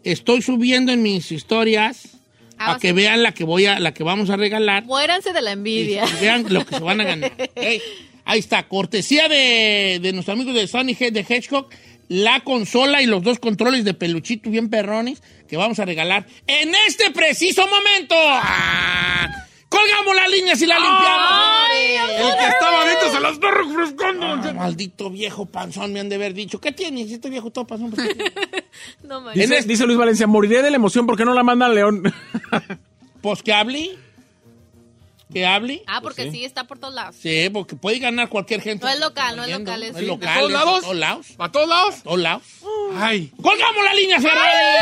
estoy subiendo en mis historias
Ah,
para
vas
que
a-
vean la que voy a, la que vamos a regalar.
Muéranse de la
Y
envidia.
vean lo que se van a ganar. Ey, ahí está, cortesía de, de nuestros amigos de Sony He- de Hedgehog, la consola y los dos controles de peluchito bien perrones que vamos a regalar en este preciso momento. ¡Ah! Colgamos las líneas y la limpiamos.
El que está bonito se las está refrescando.
Ah, maldito viejo panzón, me han de haber dicho. ¿Qué tienes? Este viejo todo panzón. pues, ¿qué este tienes?
No manches.
Dice, dice Luis Valencia, moriré de la emoción, ¿por qué no la manda a León?
pues que hable. Que hable.
Ah, porque sí. está por todos lados.
Sí, porque puede ganar cualquier gente.
No es local, no es local, es-
No es
¿De
local.
todos
es
lados?
de Todos lados.
¿A todos lados?
Todos lados.
Ay.
¡Colgamos la línea, Ferrari!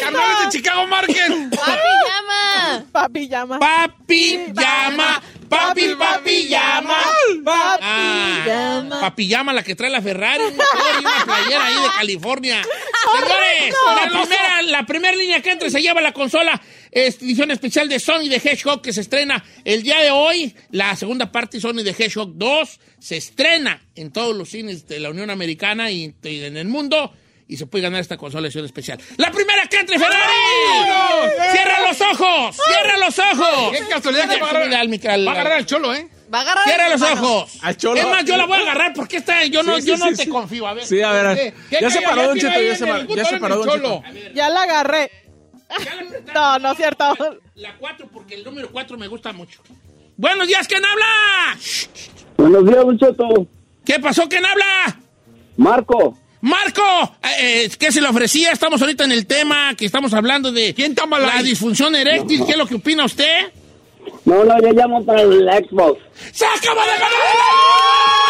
Carnales de Chicago Market.
¡Papi, llama!
Papi llama.
Papi llama, papi, papi llama.
Papi
Ah,
llama.
papi llama la que trae la Ferrari, un motor y una playera ahí de California. Señores, la primera, la primera línea que entra se lleva la consola es edición especial de Sony de Hedgehog que se estrena el día de hoy. La segunda parte Sony de Hedgehog 2 se estrena en todos los cines de la Unión Americana y, y en el mundo. Y se puede ganar esta consola edición especial. ¡La primera que entre, Ferrari! ¡Cierra los ojos! ¡Cierra los ojos!
Qué casualidad que va a
Súbele al
agarrar.
micro- al-
Va a agarrar al cholo, ¿eh?
Va a agarrar.
Cierra los
las manos.
ojos.
Al cholo.
Es más, yo la voy a agarrar porque esta, yo no,
Sí, sí,
yo no
sí,
te
sí.
confío. A ver.
Sí, a ver, a ver.
¿Qué
Ya se
casualidad
paró, don
tiene
Cheto,
ahí
ya
en
se
el
paró, ya
botón
se
del
paró, don
cholo?
Cheto.
A ver,
Ya la agarré.
ya la apretaste.
No, no es cierto.
La 4 porque el número 4 me gusta mucho. Buenos días, ¿quién habla?
Buenos días, muchacho.
¿Qué pasó? ¿Quién habla?
Marco.
Marco, eh, eh, ¿qué se le ofrecía? Estamos ahorita en el tema que estamos hablando de
¿Quién está mal
la
ahí?
disfunción eréctil. ¿Qué es lo que opina usted?
No, no, yo llamo para el Xbox.
¡Se acaba de ganar!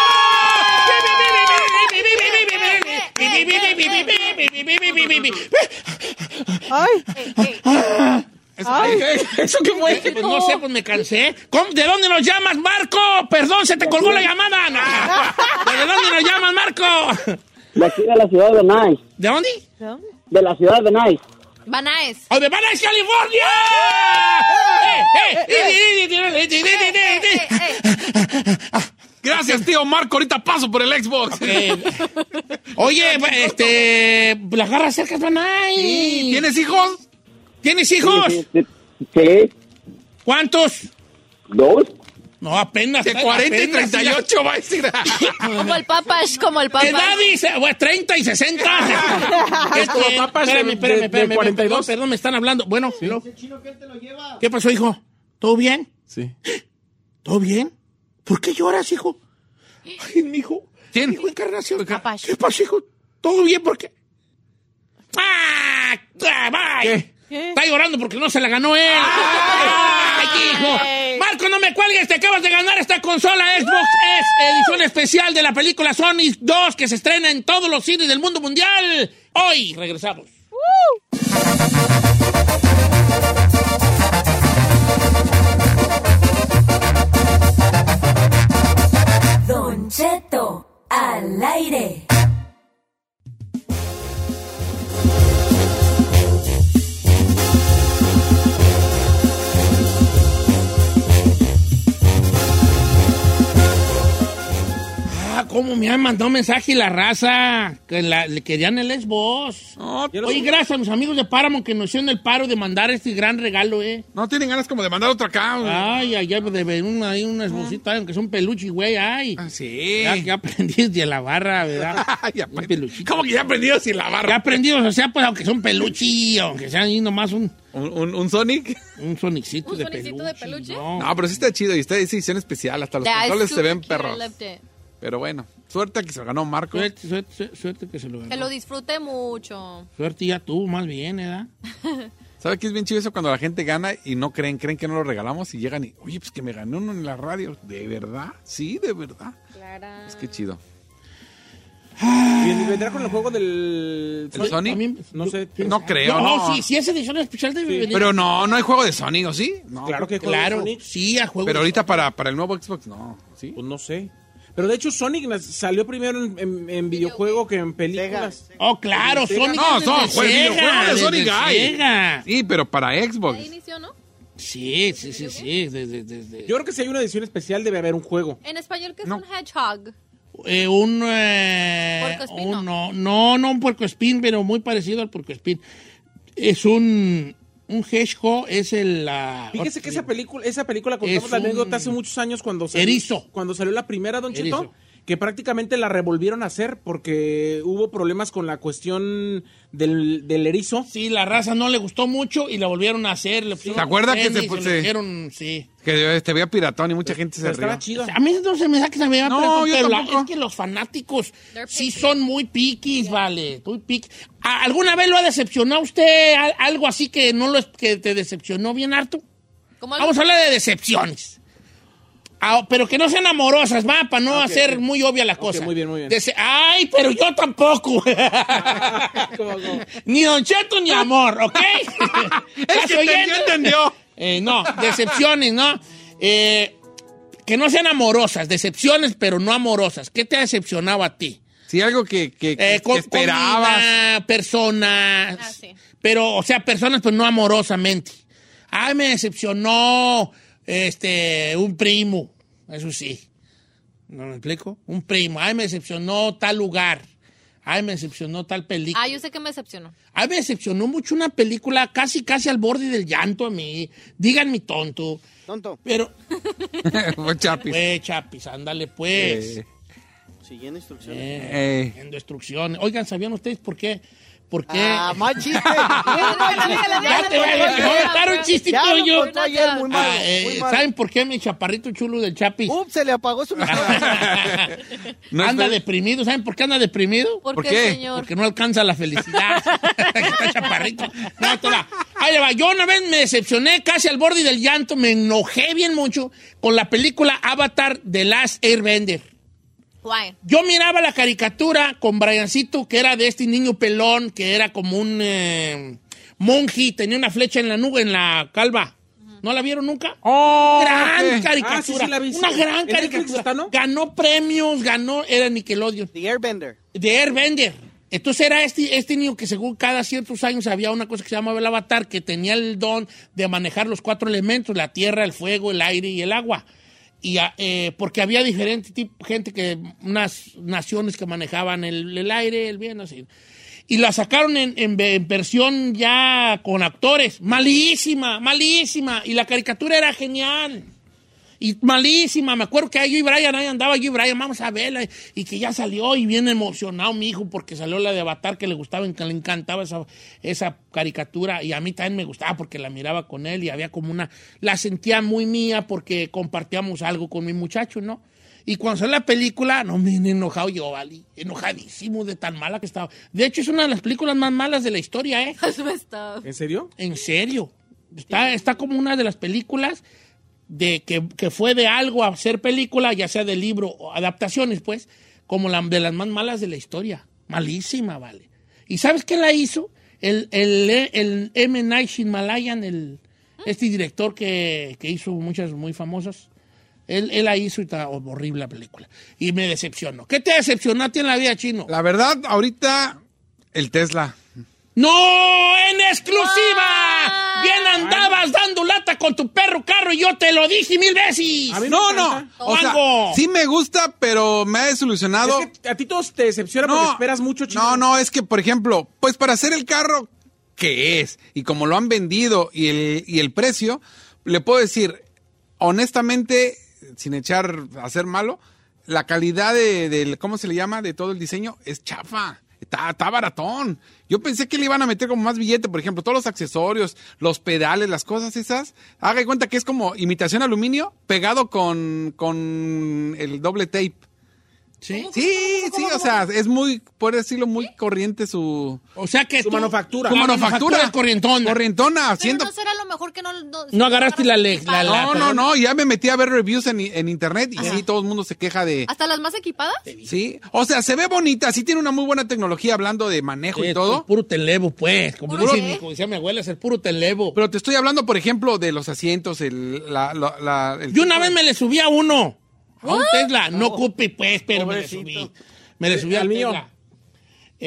Ay,
Es-
Ay.
¿Eso qué fue?
Pues no sé, pues me cansé. ¿Cómo- ¿De dónde nos llamas, Marco? Perdón, se te colgó la llamada. No. ¿De dónde nos llamas, Marco?
De aquí de la ciudad de Nice.
¿De dónde?
¿de dónde?
De la ciudad de Nice.
Banaes.
¡O de Banais, California!
Eh, eh.
Gracias, tío Marco. Ahorita paso por el Xbox.
Eh, Oye, pues, este. Las garras cercas van ahí.
¿Tienes hijos?
¿Tienes hijos?
Sí, sí, sí.
¿Cuántos?
¿Dos?
No, apenas.
De 40 y
apenas,
38 va a decir.
eh, Como el papash, como el
¿Qué
papash.
edad dice? Bueno, 30 y 60. es
como papas
espérame,
de-
espérame,
de
espérame,
42.
Perdón, perdón, me están hablando. Bueno, hello. ¿qué pasó, hijo? ¿Todo bien?
Sí.
¿Todo bien? ¿Por qué lloras, hijo? Ay, mi hijo.
¿Quién?
Mi hijo Encarnación.
Papas.
¿Qué pasó, hijo? ¿Todo bien? ¿Por qué? ¡Ah! ah, bye.
¿Qué?
¿Qué?
Está llorando porque no se la ganó él. ¡Ay, hijo! Marco, no me cuelgues, te acabas de ganar esta consola Xbox S, edición especial de la película Sonic 2 que se estrena en todos los cines del mundo mundial. Hoy regresamos.
Don Cheto al aire.
Ah, cómo me han mandado mensaje la raza que la- le querían el Xbox. Oye, gracias a mis amigos de Paramount que nos hicieron el paro de mandar este gran regalo, ¿eh?
No tienen ganas como de mandar otro acá.
Ay, ay, ay, de ver una, hay unas bolsitas, aunque son peluches, güey, ay.
Ah, sí.
Ya, ya aprendí de la barra, ¿verdad?
ya
¿Cómo
que ya aprendidos sin la barra?
Ya aprendidos, o sea, pues aunque son peluches, aunque sean ahí nomás un...
¿Un, un, un Sonic?
Un Sonicito de peluche.
de peluche?
No. pero sí está chido y está es edición especial. Hasta los
That's
controles se
super
ven
cute,
perros.
I loved it.
Pero bueno, suerte que se lo ganó Marco. ¿eh?
Suerte, suerte, suerte que se lo ganó.
Que lo disfrute mucho.
Suerte ya tú, más bien, ¿eh?
¿Sabe qué es bien chido eso cuando la gente gana y no creen, creen que no lo regalamos y llegan y, oye, pues que me ganó uno en la radio? ¿De verdad? Sí, de verdad.
Clara.
Es que chido.
¿Y vendrá con el juego del
¿El Sonic?
No sé.
No creo, no.
sí, sí es edición especial de venir.
Pero no, no hay juego de Sonic, ¿o sí? No.
Claro que hay juego de
Claro,
Sonic.
sí, a juego
Pero
de
ahorita para, para el nuevo Xbox, no. ¿Sí?
Pues no sé. Pero de hecho Sonic nas- salió primero en, en- en videojuego que en películas.
Oh, claro,
Sega.
Sonic
No,
es
son
desde Sega,
juegos, videojuegos de
desde
Sonic hay.
Sega.
Sí, pero para Xbox.
Inicio, ¿no?
Sí, sí, sí, sí. Desde, desde-
Yo creo que si hay una edición especial debe haber un juego.
En español, que es
No.
un hedgehog?
eh, un... Eh,
Puercoespino.
un- no, no, no un puercoespín, pero muy parecido al puercoespín. Es un... Un hedgehog es el... la-
Fíjese que esa película, esa película
Es
contamos la
un-
anécdota hace muchos años cuando salió,
Erizo.
cuando salió la primera Don Chito,
Erizo.
que prácticamente la revolvieron a hacer porque hubo problemas con la cuestión del, del erizo.
Sí, la raza no le gustó mucho y la volvieron a hacer. Le pusieron
¿Se acuerda
tenis,
que se
le
puse-
dijeron, sí.
Que te veía piratón y mucha gente se rió.
O sea, a mí no se me da que se me va
No,
a
yo
pero la-
tampoco.
es que los fanáticos sí son muy piquis, vale, muy piquis. ¿A- ¿Alguna vez lo ha decepcionado usted al- algo así que no lo es- que te decepcionó bien harto?
Como algo-
Vamos a hablar de decepciones. Ah, pero que no sean amorosas, va, para no hacer muy obvia la cosa.
muy bien, muy bien.
Dece- Ay, pero yo tampoco. ni Don Cheto ni amor, ¿ok? ¿Estás
que entendió,
oyendo?
entendió.
Eh, no, decepciones, ¿no? Eh, que no sean amorosas, decepciones, pero no amorosas. ¿Qué te ha decepcionado a ti?
Sí, algo que, que, que-
Eh, co-
que esperabas.
comida, personas.
Ah, sí.
Pero, o sea, personas, pues no amorosamente. Ay, me decepcionó este, un primo. Eso sí. ¿No me explico? Un primo. Ay, me decepcionó tal lugar. Ay, me decepcionó tal película.
Ah, yo sé que me decepcionó.
Ay, me decepcionó mucho una película casi, casi al borde del llanto a mí. Díganme tonto.
Tonto.
Pero,
Fue Chapis.
pues, chapis, ándale, pues.
Eh,
Siguiendo instrucciones.
Eh,
Eh.
En destrucción. Oigan, ¿sabían ustedes por qué? ¿Por qué?
Ah, más chiste.
Ya te voy a voy a dar un chiste
Ya lo
tuyo.
contó ayer, muy malo,
Ah, eh,
muy malo.
¿Saben por qué mi chaparrito chulo del Chapis
Uh.
Ups, se le apagó su micrófono.
anda deprimido? ¿Saben por qué anda deprimido?
¿Por ¿Por qué, qué? señor?
Porque no alcanza la felicidad. Está chaparrito. No, te va. Ahí le va. Yo una vez me decepcioné casi al borde del llanto. Me enojé bien mucho con la película Avatar de Last Airbender.
Why?
Yo miraba la caricatura con Briancito, que era de este niño pelón, que era como un eh, monje, tenía una flecha en la nube, en la calva. ¿No la vieron nunca?
¡Oh!
gran
ok.
caricatura.
Ah, sí, sí la vi, sí.
Una gran
¿En Netflix
caricatura.
está, no?
Ganó premios, ganó, era Nickelodeon,
The Airbender.
de Airbender. Entonces era este, este niño que según cada ciertos años había una cosa que se llamaba el avatar, que tenía el don de manejar los cuatro elementos, la tierra, el fuego, el aire y el agua. Y, ah, eh, porque había diferente tipo, gente que, unas naciones que manejaban el, el aire, el bien, así. Y la sacaron en, en ve- en versión ya con actores. Malísima, malísima. Y la caricatura era genial. Y malísima, me acuerdo que ahí yo y Brian, ahí andaba yo y Brian, vamos a verla. Y que ya salió y bien emocionado mi hijo porque salió la de Avatar que le gustaba, que le encantaba esa, esa caricatura. Y a mí también me gustaba porque la miraba con él y había como una, la sentía muy mía porque compartíamos algo con mi muchacho, ¿no? Y cuando salió la película, no me he enojado yo, vale, enojadísimo de tan mala que estaba. De hecho, es una de las películas más malas de la historia, ¿eh?
That's messed up.
¿En serio?
En serio. Está, está como una de las películas de que, que fue de algo a ser película, ya sea de libro o adaptaciones, pues, como la, de las más malas de la historia. Malísima, vale. ¿Y sabes quién la hizo? El, el, el M. Night Shyamalan, el, este director que, que hizo muchas muy famosas. Él, él la hizo y está horrible la película. Y me decepcionó. ¿Qué te decepcionó a ti en la vida, chino?
La verdad, ahorita el Tesla.
¡No! ¡En
Ah.
exclusiva! Bien andabas dando lata con tu perro carro y yo te lo dije mil veces.
No, no. O sea,
Mango.
sí me gusta, pero me ha desilusionado.
a ti todos te decepciona porque esperas mucho, chico.
No, no, es que, por ejemplo, pues para hacer el carro que es y como lo han vendido y el, y el precio, le puedo decir, honestamente, sin echar a ser malo, la calidad de, del, ¿cómo se le llama? De todo el diseño es chafa. Está, está baratón. Yo pensé que le iban a meter como más billete, por ejemplo, todos los accesorios, los pedales, las cosas esas. Haga de cuenta que es como imitación aluminio pegado con, con el doble tape.
Sí,
sí, sí, o sea, es muy, por decirlo, muy corriente su...
O sea que
Su manufactura.
Su
La
manufactura.
manufactura
es corrientona. Corrientona,
Pero
haciendo...
no será lo mejor que no... No,
No agarraste la ley.
la- la-
no, no, no, ya me metí a ver reviews en, en internet y sí, todo el mundo se queja de...
¿Hasta las más equipadas?
Sí, o sea, se ve bonita, sí tiene una muy buena tecnología hablando de manejo
Sí,
y todo.
Eh, Puro televo, pues, como,
Puro-
dice mi- como decía mi abuela, es el puro televo.
Pero te estoy hablando, por ejemplo, de los asientos, el... La, la, la- el-
Yo una vez me le subí a uno. A un
¿Ah?
Tesla. No ocupé, pues, pero me le subí. Me le subí al mío.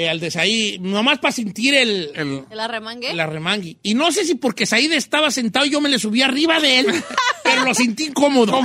al de Saí. Nomás para sentir el, el,
¿El arremangue?
arremangui. Y no sé si porque Said estaba sentado y yo me le subí arriba de él, pero lo sentí incómodo.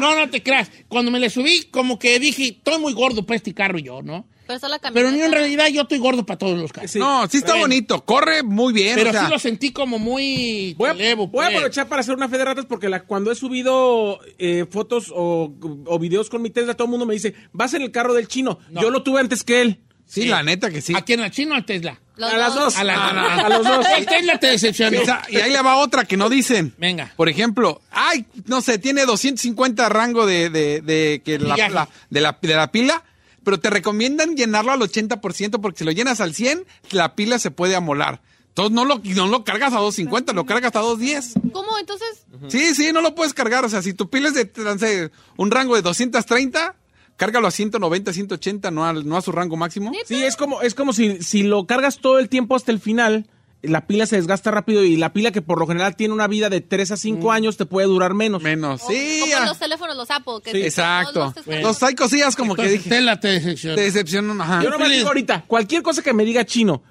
no, no te creas. Cuando me le subí, como que dije, estoy muy gordo para este carro yo, ¿no?
Pero está la camioneta.
Pero ni en realidad yo estoy gordo para todos los carros.
No, sí está
Bueno.
bonito, corre muy bien.
Pero
o sea,
sí lo sentí como muy...
Voy a,
televo,
voy a
pues.
aprovechar para hacer una fe de ratas porque la- cuando he subido eh, fotos o, o videos con mi Tesla, todo el mundo me dice, vas en el carro del chino. Yo lo tuve antes que él.
Sí, la neta que sí.
¿A quién, al chino o al Tesla?
a las dos.
A, la-
A los dos.
El Tesla te decepcionó.
Esa- y ahí le va otra que no dicen.
Venga.
Por ejemplo, ay, no sé, tiene 250 rango de, de, de que la,
Millaje.
la- de, la, de la pila, pero te recomiendan llenarlo al 80% porque si lo llenas al 100, la pila se puede amolar. Entonces no lo, no lo cargas a 250, lo cargas a 210.
¿Cómo? Entonces...
Sí, sí, no lo puedes cargar. O sea, si tu pila es de no sé, un rango de 230, cárgalo a 190, 180, no, al- no a su rango máximo.
Sí, es como, es como si, si lo cargas todo el tiempo hasta el final, la pila se desgasta rápido y la pila que por lo general tiene una vida de 3 a 5 años te puede durar menos.
Menos, sí.
Como
ah.
los teléfonos, los Apple. Que
Sí, exacto. Entonces hay cosillas como que
Entonces,
dije.
Tesla te decepcionó.
Te decepcionan, ajá.
Yo no me digo ahorita, cualquier cosa que me diga chino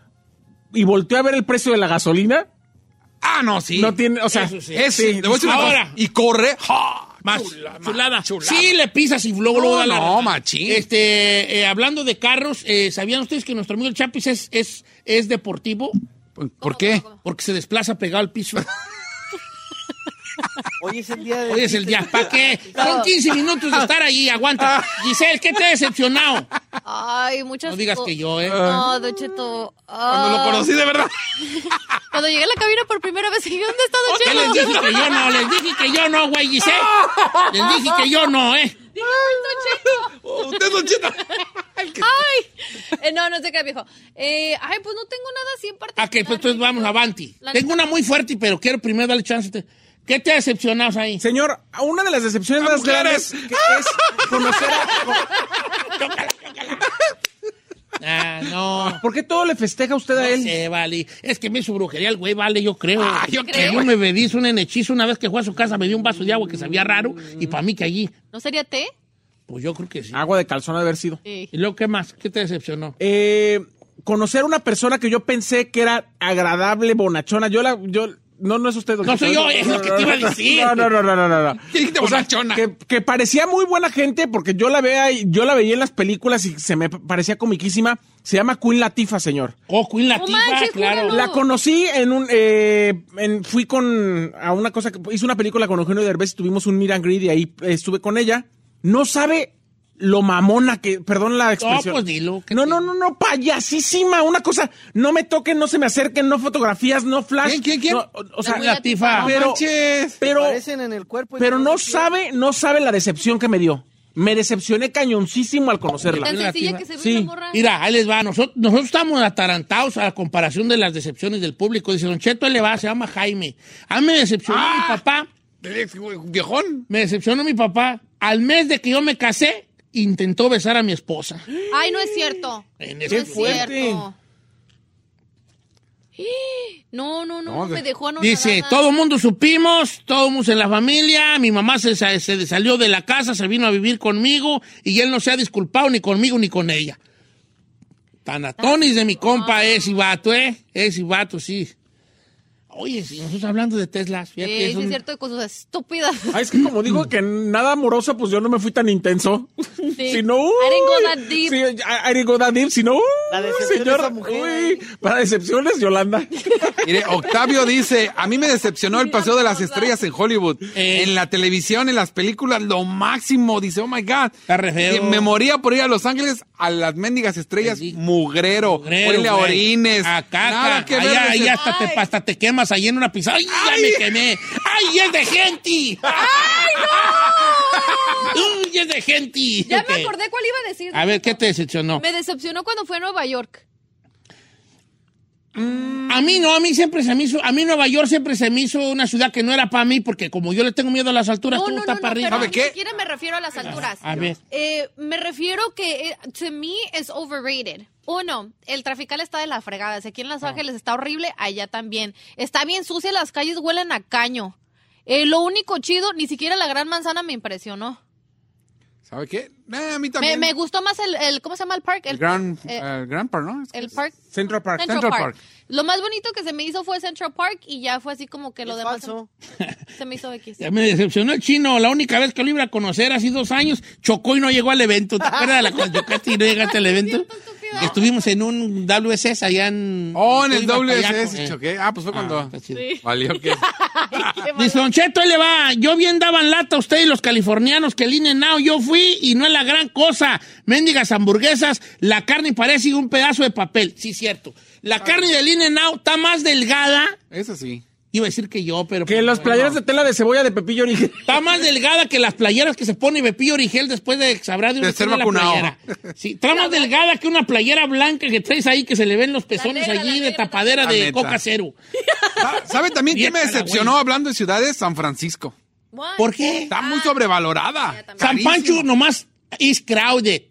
y volteo a ver el precio de la gasolina,
Ah, no, sí.
no tiene, o sea,
Eso sí.
Ese,
Sí,
le voy a decir una
ahora.
cosa. Y corre. ¡ja!
Más
Chulada,
chulada.
chulada.
Sí, le pisas y luego, luego
No,
da la-
no, machín.
Este, eh, hablando de carros, eh, ¿sabían ustedes que nuestro amigo el Chapis es, es, es deportivo?
Pues, ¿Por qué?
Porque se desplaza pegado al piso.
Hoy es el día de...
Hoy es el día. ¿Para qué? Son 15 minutos de estar ahí.
Ah.
Aguanta. Giselle, ¿qué te ha decepcionado?
Ay, muchas
No digas
co-
que yo, ¿eh?
No, Don Cheto.
Cuando lo
Ah.
conocí de verdad.
Cuando llegué a la cabina por primera vez, dije, ¿dónde está Don
Ya les
Cheto?
dije que yo no, les dije que yo no, güey, Giselle. Les dije que yo no, ¿eh?
Usted no chita.
¡Ay! Eh, no, no sé qué, viejo. Eh, ay, pues no tengo nada así en particular.
Ah, que pues, entonces vamos avanti.
La
Tengo
neta.
una muy fuerte, pero quiero primero darle chance. Te- ¿Qué te ha decepcionado ahí?
señor, una de las decepciones
¡A
más
mujeres!
grandes que es conocer a-
Ah, no.
¿Por qué todo le festeja usted a él?
Se vale. Es que me hizo brujería el güey, vale, yo creo.
Ah, yo creo.
Yo me bebí hizo un hechizo una vez que fue a su casa, me dio un vaso de agua que sabía raro y para mí que allí,
¿No sería té?
pues yo creo que
Ah.
sí.
Agua de calzón ha de haber sido.
Sí.
¿Y luego qué más? ¿Qué te decepcionó?
Eh, conocer a una persona que yo pensé que era agradable, bonachona. Yo la, yo, no, no es usted. don
No
Cheto.
soy yo, es lo que te iba a decir.
No, no, no, no, no, no. no.
¿Qué dijiste,
O sea,
bonachona?
que, que parecía muy buena gente porque yo la vea, y- yo la veía en las películas y se me parecía comiquísima. Se llama Queen Latifa, señor.
Oh, Queen Latifah,
manches,
claro.
júralo.
La conocí en un, eh, en- fui con, a una cosa, que hice una película con Eugenio Derbez y tuvimos un meet and greet y ahí eh, estuve con ella. No sabe lo mamona que, perdón la expresión.
pues dilo, que
No,
te-
no, no, no, payasísima, una cosa, no me toquen, no se me acerquen, no fotografías, no flash.
¿Quién, quién, quién?
No, o, o sea,
Queen Latifah.
pero,
Manches.
pero,
Aparecen en el cuerpo. y
pero no
se
sabe, no sabe la decepción que me dio. Me decepcioné cañoncísimo al conocerla.
Tan sencilla que se ve
Sí.
una morra.
Mira, ahí les va. Nosotros, nosotros estamos atarantados a la comparación de las decepciones del público. Dice, Don Cheto, él le va, se llama Jaime. A mí me decepcionó
Ah.
mi papá.
Viejón.
Me decepcionó mi papá. Al mes de que yo me casé, intentó besar a mi esposa.
Ay, no es cierto.
En
No
ese-
es
fuerte.
cierto. ¡Eh! No, no, no,
No, de-
me dejó anonadada.
Dice, todo mundo supimos, todo mundo en la familia, mi mamá se, sa- se salió de la casa, se vino a vivir conmigo y él no se ha disculpado ni conmigo ni con ella. Tanatonis de mi compa, ese vato, ¿eh? Ese vato, sí. Oye, si nosotros hablando de Teslas,
Sí,
fíjate,
sí
es
es
un-
cierto, cosas estúpidas.
Ah, es que como digo que nada amorosa, pues yo no me fui tan intenso.
Sí.
Si no, uy,
I didn't go that deep.
sí, I- I didn't go that deep, si no, uy, señor, uy, para decepciones, Yolanda.
Mire, Octavio dice, a mí me decepcionó el Paseo de las Estrellas en Hollywood.
Eh.
En la televisión, en las películas, lo máximo. Dice, oh my God. Eh,
feo.
Me moría por ir a Los Ángeles a las mendigas estrellas. Mugrero.
Mugrero,
Huele a
güey.
orines.
A caca.
Nada que
Ahí-
ver.
ahí
dice.
hasta, te, hasta te quemas ahí en una pizarra. ¡Ay, ya me quemé! ¡Ay, es de gente! ¡Ay, es de gente!
Ya
Ok.
me acordé cuál iba a decir.
A ver, ¿qué te decepcionó?
Me decepcionó cuando fue a Nueva York.
A mí no, a mí siempre se me hizo, a mí Nueva York siempre se me hizo una ciudad que no era para mí, porque como yo le tengo miedo a las alturas, tú estás para arriba.
pero ni siquiera me refiero a las alturas.
A ver.
Eh, me refiero que, eh, to me, es overrated. Uno, el trafical está de la fregada. Si aquí en Los
Ah.
Ángeles está horrible, allá también. Está bien sucia, las calles huelen a caño. Eh, lo único chido, ni siquiera la Gran Manzana me impresionó.
¿Sabe qué? Eh, a mí
Me,
también.
me gustó más el, el- ¿cómo se llama el parque?
El Grand,
eh,
eh, Grand Park, ¿no?
el park.
Central Park.
Central, Park. Lo más bonito que se me hizo fue Central Park y ya fue así como que lo demás se- se me hizo X.
Ya Me decepcionó el chino. La única vez que lo iba a conocer hace dos años, chocó y no llegó al evento. ¿Te acuerdas de la cuando chocaste y no llegaste al evento? Estuvimos en un WSS allá en.
Oh, en el
Estoy
WSS
batallando, eh.
choqué. Ah, pues fue cuando. Valió que.
Dice Don Cheto, ahí le va. Yo bien daban lata a ustedes, los californianos, que el INE Now yo fui y no es la gran cosa. Méndigas hamburguesas, la carne parece un pedazo de papel. Sí, cierto. La carne del INE Now está más delgada.
Eso sí.
Iba a decir que yo, pero. pues,
Que las playeras de tela de cebolla de Pepillo Origel.
Está más delgada que las playeras que se pone Pepillo Origel después de sabrá de,
De
que
ser
tiene la
vacunado.
playera. Sí, está más delgada que una playera blanca que traes ahí que se le ven los pezones allí de tapadera
La
de
neta.
coca cero.
Ah, ¿Sabe también qué me
Viétala,
decepcionó hablando de ciudades? San Francisco.
¿Por qué?
Está
Ah.
muy sobrevalorada.
San Pancho nomás is crowded.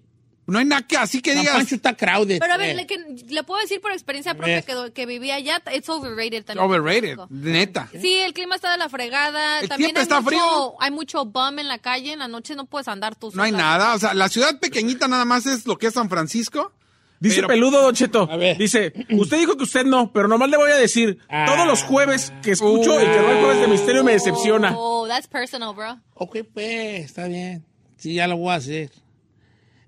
No hay nada que así que digas.
San Pancho está crowded.
Pero a ver,
Eh.
le, que- le puedo decir por experiencia propia
ver.
que, do- que viví allá, it's overrated también.
Overrated, neta.
Sí, el clima está de la fregada.
El
también
tiempo
hay
está
mucho,
frío.
Hay mucho bum en la calle, en la noche no puedes andar tú
No hay
sola.
nada. O sea, la ciudad pequeñita nada más es lo que es San Francisco.
Dice
Pero-
Peludo Don Cheto. Dice, usted dijo que usted no, pero nomás le voy a decir, todos los jueves que escucho y que no hay jueves de misterio me decepciona.
Oh, that's personal, bro.
Ok, pues, está bien. Sí, ya lo voy a hacer.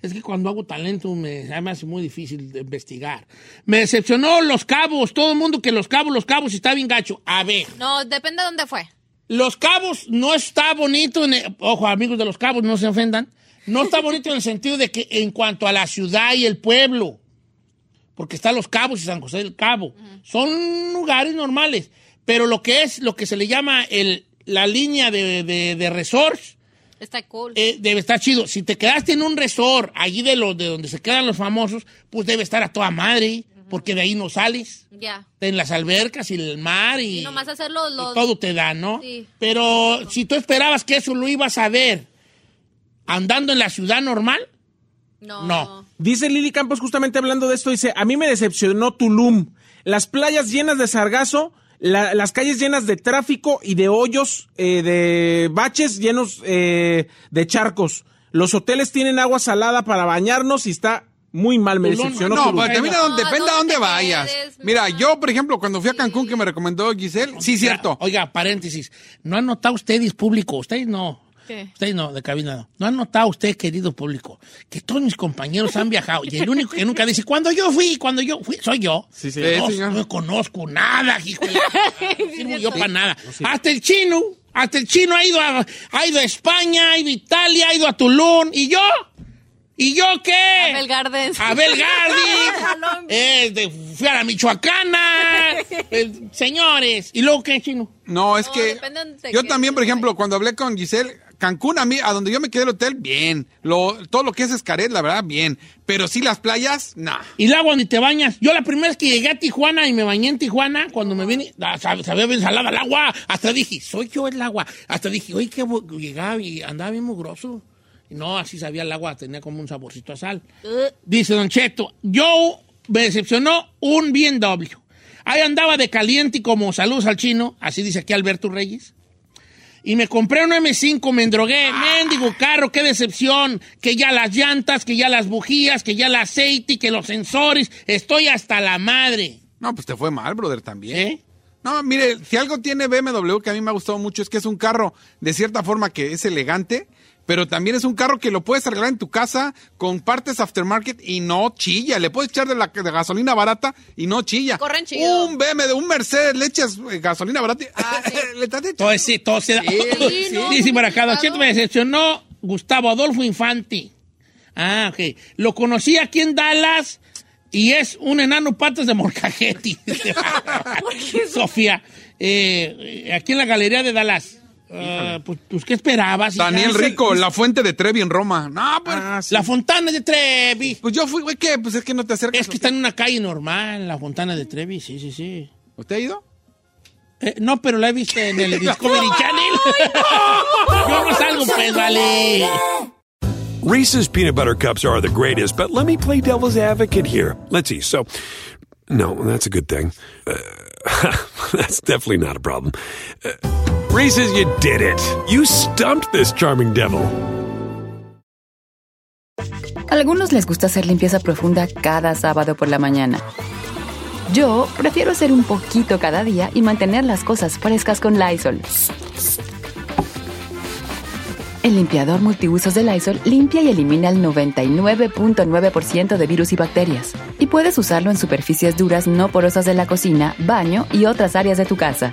Es que cuando hago talento me, se me hace muy difícil de investigar. Me decepcionó Los Cabos. Todo el mundo que Los Cabos, Los Cabos está bien gacho. A ver.
No, depende de dónde fue.
Los Cabos no está bonito, en el- ojo amigos de Los Cabos, no se ofendan, no está bonito en el sentido de que en cuanto a la ciudad y el pueblo, porque está Los Cabos y San José del Cabo, son lugares normales, pero lo que es, lo que se le llama el, la línea de, de, de resorts,
Está cool.
eh, debe estar chido. Si te quedaste en un resort, allí de, los de donde se quedan los famosos, pues debe estar a toda madre, porque de ahí no sales,
Ya.
en las albercas y el mar
Y nomás hacer los... los-
y todo te da, ¿no?
Sí.
Pero si tú esperabas que eso lo ibas a ver andando en la ciudad normal,
No.
no.
Dice Lili Campos, justamente hablando de esto, dice, a mí me decepcionó Tulum. Las playas llenas de sargazo, la- las calles llenas de tráfico y de hoyos, eh, de baches llenos eh, de charcos. Los hoteles tienen agua salada para bañarnos y está muy mal. Me
Tulum,
decepcionó
No,
Tulum.
pero también a donde- depende a dónde vayas. Mira, yo, por ejemplo, cuando fui a Cancún que me recomendó Giselle, sí, cierto.
Oiga, paréntesis, ¿no han notado ustedes público? Ustedes no.
¿Qué?
Ustedes no, de cabina no. ¿No han notado usted, querido público, que todos mis compañeros han viajado y el único que nunca dice, cuando yo fui, cuando yo fui, soy yo?
Sí,
sí.
sí.
no,
Sí, señor.
no conozco nada, hijo de la- No sirvo yo
Sí.
para nada. Hasta el chino, hasta el chino ha ido a, ha ido a España, ha ido a Italia, ha ido a Tulum, ¿y yo? ¿Y yo qué? Abel
Gardens.
Abel Gardens. Eh, de- fui a la Michoacana. Eh, señores. ¿Y luego qué, chino?
No, es que
depende dónde te
yo
quedes.
también, por ejemplo, cuando hablé con Giselle, Cancún a mí, a donde yo me quedé el hotel, bien. Lo, todo lo que es Escaret, la verdad, bien. Pero sí las playas, nah.
Y el agua ni te bañas. Yo la primera vez que llegué a Tijuana y me bañé en Tijuana, cuando me vine, ah, sab- sabía bien salada el agua. Hasta dije, soy yo el agua. Hasta dije, oye, que bu- llegaba y andaba bien mugroso. Y no, así sabía el agua, tenía como un saborcito a sal. Dice Don Cheto, yo me decepcionó un BMW. Ahí andaba de caliente y como saludos al chino, así dice aquí Alberto Reyes. Y me compré un M5, me endrogué.
Ah.
Mendigo carro, qué decepción. Que ya las llantas, que ya las bujías, que ya el aceite, que los sensores. Estoy hasta la madre.
No, pues te fue mal, brother, también. No, mire, si algo tiene BMW que a mí me ha gustado mucho es que es un carro de cierta forma que es elegante, pero también es un carro que lo puedes arreglar en tu casa con partes aftermarket y no chilla. Le puedes echar de la de gasolina barata y no chilla.
Corren chido. Ah,
Un BMW, un Mercedes, le echas eh, gasolina barata y eh, le estás echando.
Todo ese, todo se da.
Sí, sí,
Sí,
no,
sí,
muy
para acá, Don
complicado.
Cheto, me decepcionó Gustavo Adolfo Infante. Ah, ok. Lo conocí aquí en Dallas y es un enano patas de morcajeti. Sofía, eh, aquí en la galería de Dallas. Ah, pues, pues, ¿qué esperabas? hija?
Daniel Rico, la fuente de Trevi en Roma. No, pues.
La fontana de Trevi.
Pues yo fui, güey, ¿qué? Pues es que no te acercas.
Es que está en una calle normal, la fontana de Trevi, sí, sí, sí.
¿Usted ha ido?
Eh, no, pero la he visto en el Discovery Channel. Yo no salgo, pues, vale.
Reese's peanut butter cups are the greatest, but let me play devil's advocate here. Let's see. So, no, that's a good thing. Uh, that's definitely not a problem. Uh, Reese's, you did it. You stumped this charming devil.
Algunos les gusta hacer limpieza profunda cada sábado por la mañana. Yo prefiero hacer un poquito cada día y mantener las cosas frescas con Lysol. El limpiador multiusos de Lysol limpia y elimina el 99.9% de virus y bacterias. Y puedes usarlo en superficies duras no porosas de la cocina, baño y otras áreas de tu casa.